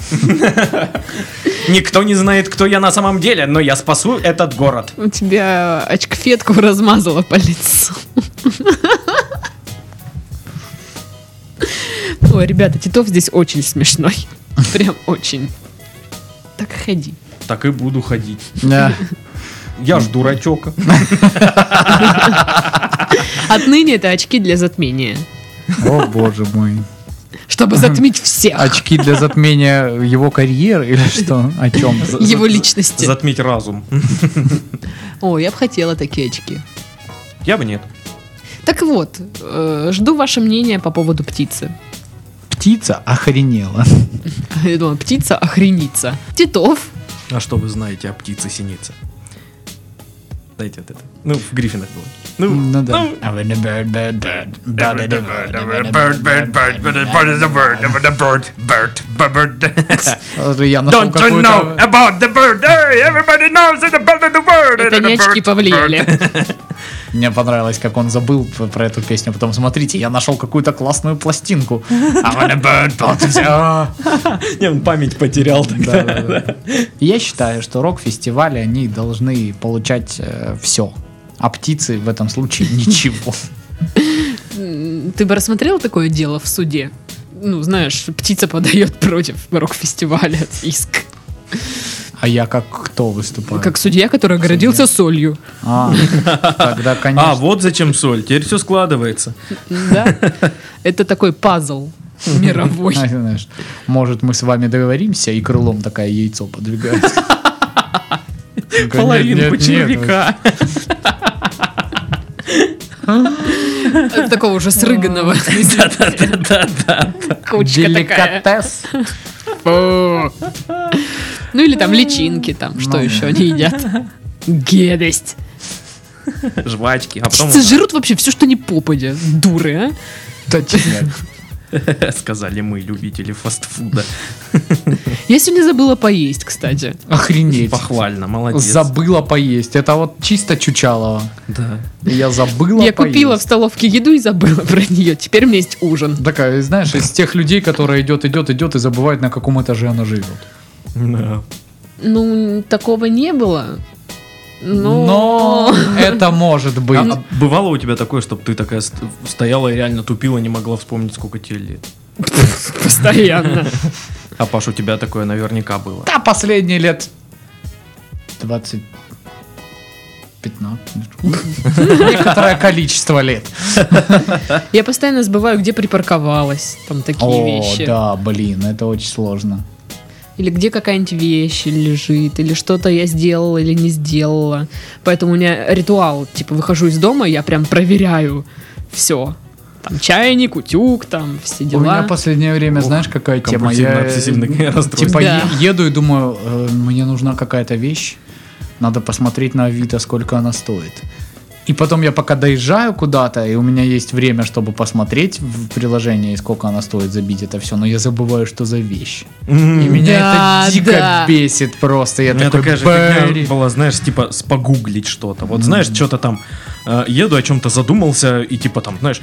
Speaker 2: Никто не знает, кто я на самом деле, но я спасу этот город.
Speaker 1: У тебя очкфетку размазала по лицу. <laughs> Ой, ребята, Титов здесь очень смешной. Прям очень. Так и ходи.
Speaker 2: Так и буду ходить.
Speaker 3: Да.
Speaker 2: Я ж дурачок.
Speaker 1: Отныне это очки для затмения.
Speaker 3: О боже мой.
Speaker 1: Чтобы затмить всех.
Speaker 3: Очки для затмения его карьеры или что? О чем?
Speaker 1: Его личности.
Speaker 2: Затмить разум.
Speaker 1: О, я бы хотела такие очки.
Speaker 2: Я бы нет.
Speaker 1: Так вот, э, жду ваше мнение по поводу птицы. <laughs>
Speaker 3: Птица охренела.
Speaker 1: Я думала, птица охренится. Титов.
Speaker 2: А что вы знаете о птице синице? Дайте вот это. Ну, в Гриффинах было. Ну, <laughs>
Speaker 3: Ну да.
Speaker 2: ну,
Speaker 3: Э, Я нашел какую-то...
Speaker 1: Это не очки повлияли.
Speaker 3: Мне понравилось, как он забыл п- про эту песню. Потом смотрите, я нашел какую-то классную пластинку. I wanna burn, but it's- а.
Speaker 2: Не, он память потерял тогда.
Speaker 3: Да, да, да. Я считаю, что рок-фестивали они должны получать все. А птицы в этом случае <laughs> ничего.
Speaker 1: М, Ты бы рассмотрел такое дело в суде? Ну, знаешь, птица подает против рок-фестиваля <laughs> иск.
Speaker 3: А я как кто выступаю?
Speaker 1: Как судья, который огородился солью.
Speaker 3: А,
Speaker 1: <laughs>
Speaker 3: тогда,
Speaker 2: А,
Speaker 1: <laughs>
Speaker 3: конечно.
Speaker 2: вот зачем соль. Теперь все складывается.
Speaker 1: Да. Это такой пазл. мировой.
Speaker 3: А, <laughs> знаешь, Может, мы с вами договоримся, и крылом такая яйцо подвигает.
Speaker 1: <laughs> Половинку червяка.
Speaker 3: ну,
Speaker 1: Такого уже срыганного. Кучка такая. <laughs>
Speaker 3: Деликатес.
Speaker 1: Фу. Ну или там личинки, там, что
Speaker 3: Ну,
Speaker 1: еще они едят. <laughs> Гедость.
Speaker 2: Жвачки. А потом
Speaker 1: Птицы жрут вообще все, что не попадя. Дуры, а?
Speaker 3: Точняк.
Speaker 2: сказали мы, любители фастфуда.
Speaker 1: Я сегодня забыла поесть, кстати.
Speaker 3: Охренеть.
Speaker 2: Похвально, молодец.
Speaker 3: Забыла поесть. Это вот чисто Чучалова.
Speaker 2: Да.
Speaker 3: Я забыла
Speaker 1: Я купила в
Speaker 3: поесть.
Speaker 1: столовке еду и забыла <laughs> про нее. Теперь у меня есть ужин.
Speaker 3: Такая, знаешь, из тех людей, которые идет, идет, идет и забывает, на каком этаже она живет.
Speaker 2: Да.
Speaker 1: Ну, такого не было. Ну.
Speaker 3: Но
Speaker 1: Но...
Speaker 3: это может
Speaker 2: А
Speaker 3: быть.
Speaker 2: бывало у тебя такое, чтобы ты такая ст- стояла и реально тупила, не могла вспомнить, сколько тебе лет?
Speaker 1: <laughs> Постоянно.
Speaker 2: А Паш, у тебя такое
Speaker 3: <laughs>
Speaker 2: наверняка было.
Speaker 3: Да, последние лет 20 15.
Speaker 1: <laughs>
Speaker 3: Некоторое количество лет.
Speaker 1: Я постоянно забываю, где припарковалась. Там такие
Speaker 3: О,
Speaker 1: вещи.
Speaker 3: да, блин, это очень сложно.
Speaker 1: Или где какая-нибудь вещь лежит, или что-то я сделала или не сделала. Поэтому у меня ритуал, типа, выхожу из дома, я прям проверяю все. Там чайник, утюг, там все
Speaker 3: У меня
Speaker 1: дела.
Speaker 3: последнее время,
Speaker 2: Ох,
Speaker 3: знаешь, какая тема? Я
Speaker 2: <laughs> Компульсивно-обсессивное
Speaker 3: э, типа
Speaker 2: расстройство.
Speaker 1: Да.
Speaker 3: е- еду и думаю, э, мне нужна какая-то вещь, надо посмотреть на Авито, сколько она стоит. И потом я пока доезжаю куда-то, и у меня есть время, чтобы посмотреть в приложении, сколько она стоит, забить это все, но я забываю, что за вещь. И
Speaker 2: М.
Speaker 3: меня
Speaker 1: Да,
Speaker 3: это дико
Speaker 1: да.
Speaker 3: бесит просто. Я
Speaker 2: У меня
Speaker 3: такой,
Speaker 2: такая же
Speaker 3: «Блин».
Speaker 2: фигня была, знаешь, типа спогуглить что-то. Вот знаешь, что-то там э, еду, о чем-то задумался, и типа там, знаешь,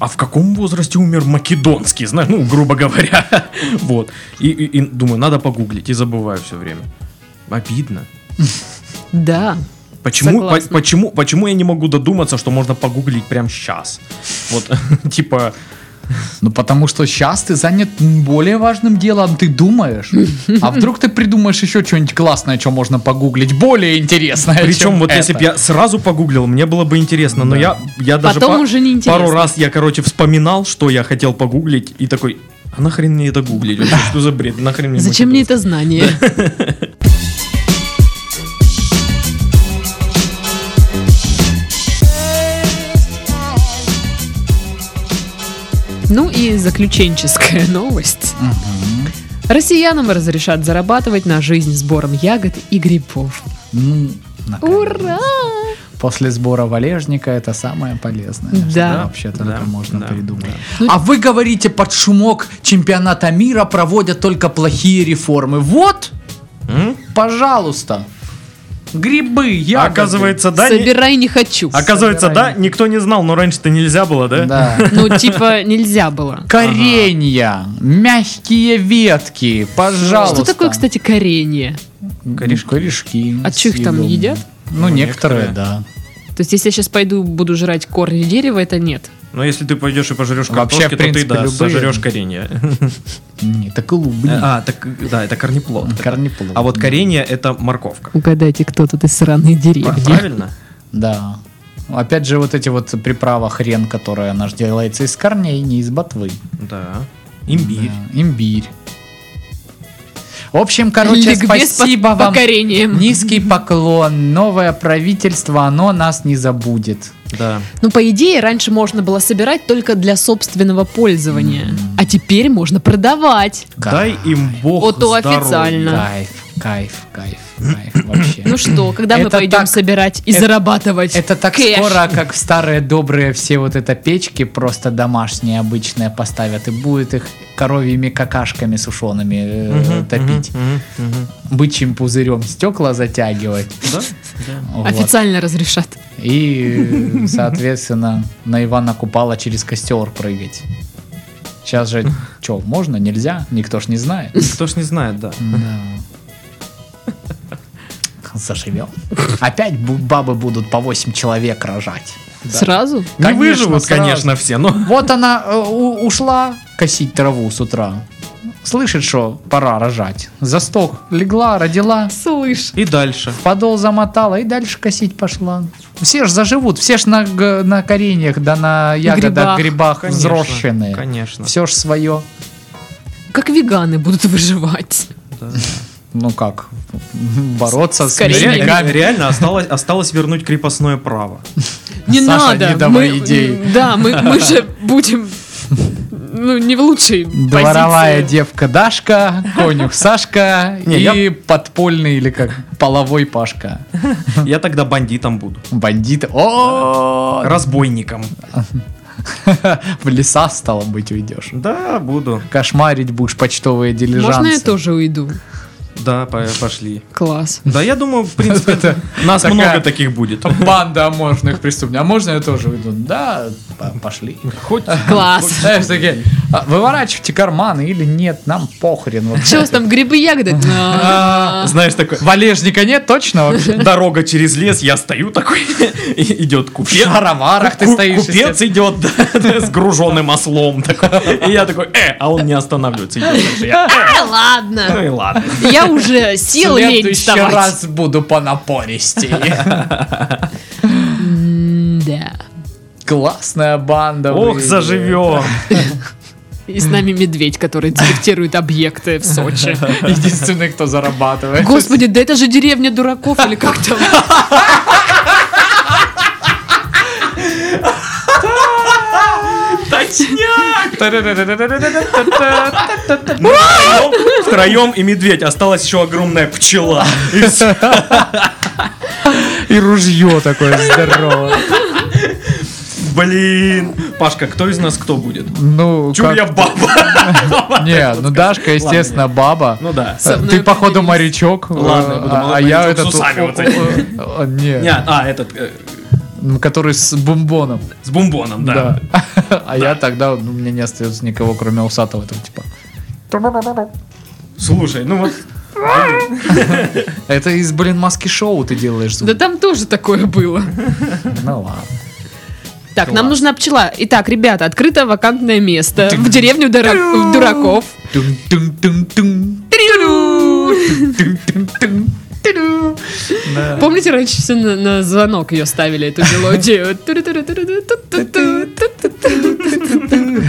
Speaker 2: а в каком возрасте умер Македонский, знаешь, ну, грубо говоря. <laughs> Вот. И, и- и думаю, надо погуглить, и забываю все время. Обидно.
Speaker 1: Да.
Speaker 2: Почему, по-
Speaker 1: Согласна.
Speaker 2: почему, почему я не могу додуматься, что можно погуглить прямо сейчас? Вот, <laughs> типа,
Speaker 3: Ну потому что сейчас ты занят более важным делом, ты
Speaker 2: <laughs>
Speaker 3: думаешь. А вдруг ты придумаешь еще что-нибудь классное, что можно погуглить, более интересное.
Speaker 2: причем
Speaker 3: чем
Speaker 2: вот если бы
Speaker 3: это.
Speaker 2: я сразу погуглил, мне было бы интересно, но
Speaker 3: Да.
Speaker 2: я, я даже
Speaker 1: Потом
Speaker 2: па-
Speaker 1: уже не интересно.
Speaker 2: пару раз я, короче, вспоминал, что я хотел погуглить, и такой, а нахрен мне это гуглить? Вообще, Что за бред? Нахрен мне
Speaker 1: Зачем мне это
Speaker 2: Македонский?»
Speaker 1: знание? Ну и заключенческая новость.
Speaker 3: Мгм.
Speaker 1: Россиянам разрешат зарабатывать на жизнь сбором ягод и грибов.
Speaker 3: Ну, наконец.
Speaker 1: Ура!
Speaker 3: После сбора валежника это самое полезное.
Speaker 1: Да.
Speaker 3: что вообще только
Speaker 2: Да,
Speaker 3: можно
Speaker 2: да, Ну,
Speaker 3: придумать. А вы говорите, под шумок чемпионата мира проводят только плохие реформы. Вот,
Speaker 2: М?
Speaker 3: пожалуйста. Грибы,
Speaker 2: А
Speaker 3: ягоды.
Speaker 2: Оказывается, да, не-
Speaker 1: Собирай не хочу.
Speaker 2: оказывается, да,
Speaker 3: собирай.
Speaker 2: никто не знал, но раньше-то нельзя было, да? <laughs>
Speaker 3: Да.
Speaker 1: Ну, типа, нельзя было.
Speaker 3: Коренья, мягкие ветки, пожалуйста.
Speaker 1: Что такое, кстати, коренье?
Speaker 3: Корешки. Ну, Корешки.
Speaker 1: А чё их там
Speaker 3: съедобные.
Speaker 1: едят?
Speaker 3: Ну, некоторые,
Speaker 2: некоторые.
Speaker 3: да.
Speaker 1: То есть, если я сейчас пойду буду жрать корни дерева, это нет.
Speaker 2: Но если ты пойдешь и пожрешь
Speaker 3: Вообще,
Speaker 2: картошки,
Speaker 3: в
Speaker 2: то ты,
Speaker 3: принципе,
Speaker 2: да,
Speaker 3: любые. Э,
Speaker 2: сожрешь коренье.
Speaker 3: Не, так и клубни.
Speaker 2: <laughs> А, так, да, это корнеплод.
Speaker 3: Корнеплод.
Speaker 2: А вот коренье это морковка.
Speaker 1: Угадайте, кто тут из сраной деревни.
Speaker 2: Правильно?
Speaker 3: Да. Опять же, вот эти вот приправа хрен, которая она ж делается из корней, не из ботвы.
Speaker 2: Да. Имбирь.
Speaker 3: Да, имбирь. В общем, короче,
Speaker 1: Ликбез по-
Speaker 3: спасибо
Speaker 1: по
Speaker 3: вам.
Speaker 1: кореньям.
Speaker 3: Низкий поклон. Новое правительство, оно нас не забудет.
Speaker 2: Да.
Speaker 1: Ну, по идее, раньше можно было собирать только для собственного пользования.
Speaker 3: М.
Speaker 1: А теперь можно продавать.
Speaker 2: Дай им бог
Speaker 1: Вот то
Speaker 2: здоровья.
Speaker 1: официально. Да.
Speaker 3: Кайф, кайф, кайф, кайф вообще.
Speaker 1: Ну что, когда мы
Speaker 3: Это
Speaker 1: пойдем
Speaker 3: так-
Speaker 1: собирать и
Speaker 3: это-
Speaker 1: зарабатывать?
Speaker 3: Э, Это так
Speaker 1: кэш?
Speaker 3: скоро, как в старые добрые все вот это печки, просто домашние, обычные поставят, и будет их коровьими какашками сушеными э,
Speaker 2: Мгм,
Speaker 3: топить,
Speaker 2: мгм, мгм,
Speaker 3: бычьим пузырем стекла затягивать.
Speaker 2: мгм. Да?
Speaker 3: Вот.
Speaker 1: Официально разрешат.
Speaker 3: И, э, соответственно, на Ивана Купала через костер прыгать. Сейчас же, что, можно, нельзя? Никто ж не знает.
Speaker 2: Кто ж не знает, да.
Speaker 3: Да. Заживем. Опять бу- бабы будут по 8 человек рожать.
Speaker 1: Сразу?
Speaker 2: Не
Speaker 3: Конечно,
Speaker 2: выживут,
Speaker 3: сразу.
Speaker 2: конечно, все, но...
Speaker 3: Вот она э, у- ушла косить траву с утра. Слышит, что пора рожать. Засток легла, родила,
Speaker 1: Слышь.
Speaker 2: И дальше.
Speaker 3: подол замотала и дальше косить пошла. Все ж заживут, все ж на, г- на кореньях, да на ягодах,
Speaker 1: Грибах.
Speaker 3: грибах,
Speaker 2: Конечно,
Speaker 3: взросшенные.
Speaker 2: Конечно.
Speaker 3: Все ж свое.
Speaker 1: Как веганы будут выживать?
Speaker 2: Да.
Speaker 3: Ну как, бороться с,
Speaker 1: С кореньями.
Speaker 2: Ре-
Speaker 3: медиками.
Speaker 2: ре- Реально осталось, осталось вернуть крепостное право.
Speaker 1: Не
Speaker 3: А Саша,
Speaker 1: надо.
Speaker 3: не давай
Speaker 1: мы,
Speaker 3: идей.
Speaker 1: Да, мы, мы
Speaker 3: <laughs>
Speaker 1: же будем ну, не в лучшей
Speaker 3: Дворовая
Speaker 1: позиции.
Speaker 3: девка Дашка,
Speaker 1: <laughs>
Speaker 3: конюх Сашка
Speaker 2: Не,
Speaker 3: и подпольный или как половой Пашка.
Speaker 2: Я тогда бандитом буду.
Speaker 3: Бандит.
Speaker 2: А.
Speaker 3: О,
Speaker 2: Разбойником.
Speaker 3: <laughs> в леса стало быть уйдешь.
Speaker 2: Да, буду.
Speaker 3: Кошмарить будешь почтовые дилижансы.
Speaker 1: Можно я тоже уйду?
Speaker 2: Да, по- пошли.
Speaker 1: Класс.
Speaker 2: Да, я думаю, в принципе, нас
Speaker 3: такая-
Speaker 2: много таких будет.
Speaker 3: Банда аморфных преступников. А можно я тоже уйду? Да, п- пошли.
Speaker 2: Хоть
Speaker 1: Класс.
Speaker 3: Знаешь, такие, «А, выворачивайте карманы или нет, нам похрен. А,
Speaker 1: Что у вас там, грибы, ягоды?
Speaker 2: Ну,
Speaker 1: Ну,
Speaker 2: а,
Speaker 1: Да.
Speaker 2: знаешь, такой,
Speaker 3: Валежника нет точно вообще?
Speaker 2: дорога через лес, я стою такой, <laughs> и идет
Speaker 3: В
Speaker 2: купец.
Speaker 3: шароварах ты
Speaker 2: Ку-
Speaker 3: стоишь.
Speaker 2: Купец
Speaker 3: естественно.
Speaker 2: идет да, <laughs> с груженным ослом. такой. И я такой, э, а он не останавливается. идет дальше. Я,
Speaker 1: А, ладно.
Speaker 2: Ну и ладно.
Speaker 1: Я уже сил лень
Speaker 3: Следующий
Speaker 1: вставать.
Speaker 3: раз буду по напористей.
Speaker 1: Да.
Speaker 3: Классная банда.
Speaker 2: Ох,
Speaker 3: блин.
Speaker 2: заживем.
Speaker 1: И с нами медведь, который инспектирует объекты в
Speaker 2: <laughs>
Speaker 1: Сочи.
Speaker 3: Единственный, кто зарабатывает.
Speaker 1: Господи, да это же деревня дураков или как
Speaker 2: <laughs>
Speaker 1: там?
Speaker 2: Ну, втроем- Втроем и медведь. Осталась еще огромная пчела. И всё.
Speaker 3: И ружье такое здоровое.
Speaker 2: Блин. Пашка, кто из нас кто будет?
Speaker 3: Ну,
Speaker 2: Чур
Speaker 3: как-
Speaker 2: я баба.
Speaker 3: Не, ну Дашка, естественно, баба.
Speaker 2: Ну да.
Speaker 1: Со мной
Speaker 3: Ты, походу,
Speaker 1: поделись.
Speaker 3: морячок.
Speaker 2: Ладно, я буду
Speaker 3: а- А
Speaker 2: молодой
Speaker 3: я
Speaker 2: морячок с
Speaker 3: этот...
Speaker 2: усами вот этими.
Speaker 3: о, о, Не,
Speaker 2: Не, а, этот, э,
Speaker 3: ну, который с бомбоном.
Speaker 2: с бомбоном, да.
Speaker 3: Да.
Speaker 2: <laughs>
Speaker 3: А я тогда, ну, мне не остается никого, кроме усатого этого типа.
Speaker 2: Слушай, ну вот,
Speaker 3: Это из, блин, маски шоу ты делаешь
Speaker 1: Да
Speaker 3: звук.
Speaker 1: там тоже такое было.
Speaker 3: Ну ладно.
Speaker 1: Так, нам нужна пчела. Итак, ребята, открыто вакантное место в деревню дура- в дураков.
Speaker 3: Тун-тун-тун-тун,
Speaker 1: Трю-рю!
Speaker 3: тун-тун-тун, ту-ду. Да.
Speaker 1: Помните, раньше все на, на звонок ее ставили, эту мелодию? Ту-ру-ту-ру-ту-ру, ту-ту-ту, ту-ту-ту.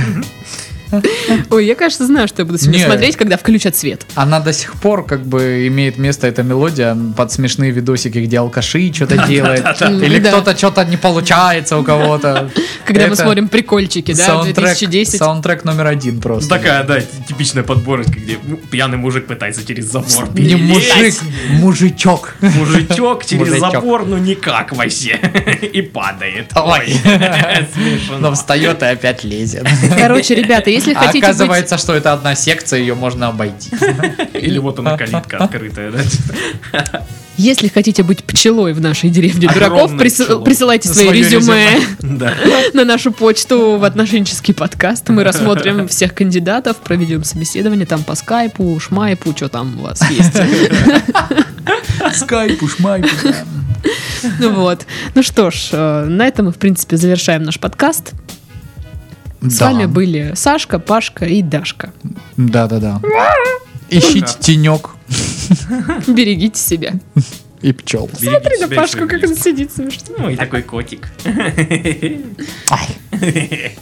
Speaker 1: Ой, я, кажется, знаю, что я буду сегодня
Speaker 3: Не.
Speaker 1: смотреть, когда включат свет.
Speaker 3: Она до сих пор как бы имеет место, эта мелодия, под смешные видосики, где алкаши что-то делает. Или
Speaker 1: Да.
Speaker 3: кто-то что-то не получается у кого-то.
Speaker 1: Когда мы
Speaker 3: Это
Speaker 1: смотрим прикольчики, да,
Speaker 3: саундтрек-
Speaker 1: 2010.
Speaker 3: Саундтрек номер один
Speaker 2: ну,
Speaker 3: просто.
Speaker 2: такая, да, типичная подборочка, где ну, пьяный мужик пытается через забор.
Speaker 3: Не мужик,
Speaker 2: перелезть.
Speaker 3: мужичок.
Speaker 2: Мужичок через
Speaker 3: Мужичок.
Speaker 2: забор, ну никак вообще. И падает.
Speaker 3: Ой. Но
Speaker 2: Смешно.
Speaker 3: встает и
Speaker 1: <laughs>
Speaker 3: опять лезет.
Speaker 1: Короче, ребята, если
Speaker 3: А
Speaker 1: хотите быть-
Speaker 3: оказывается, что это одна секция, ее можно обойти.
Speaker 2: Или вот она калитка открытая, да.
Speaker 1: Если хотите быть пчелой в нашей деревне
Speaker 2: Огромной
Speaker 1: дураков, присыл-
Speaker 2: пчелой.
Speaker 1: присылайте свои
Speaker 3: Своё
Speaker 1: резюме
Speaker 2: Да.
Speaker 1: на нашу почту в отношенческий подкаст. Мы рассмотрим всех кандидатов, проведем собеседование там по скайпу, шмайпу, что там у вас есть.
Speaker 3: Скайпу, шмайпу. да.
Speaker 1: Ну <laughs> вот. Ну что ж, э, на этом мы, в принципе, завершаем наш подкаст. С
Speaker 3: Да.
Speaker 1: вами были Сашка, Пашка и Дашка.
Speaker 3: Да-да-да. Ищите тенек
Speaker 1: Берегите себя.
Speaker 3: и пчел.
Speaker 1: Смотри на
Speaker 4: Ну,
Speaker 1: Пашку, как он сидит смешно.
Speaker 2: Ну и такой котик.
Speaker 3: Ай.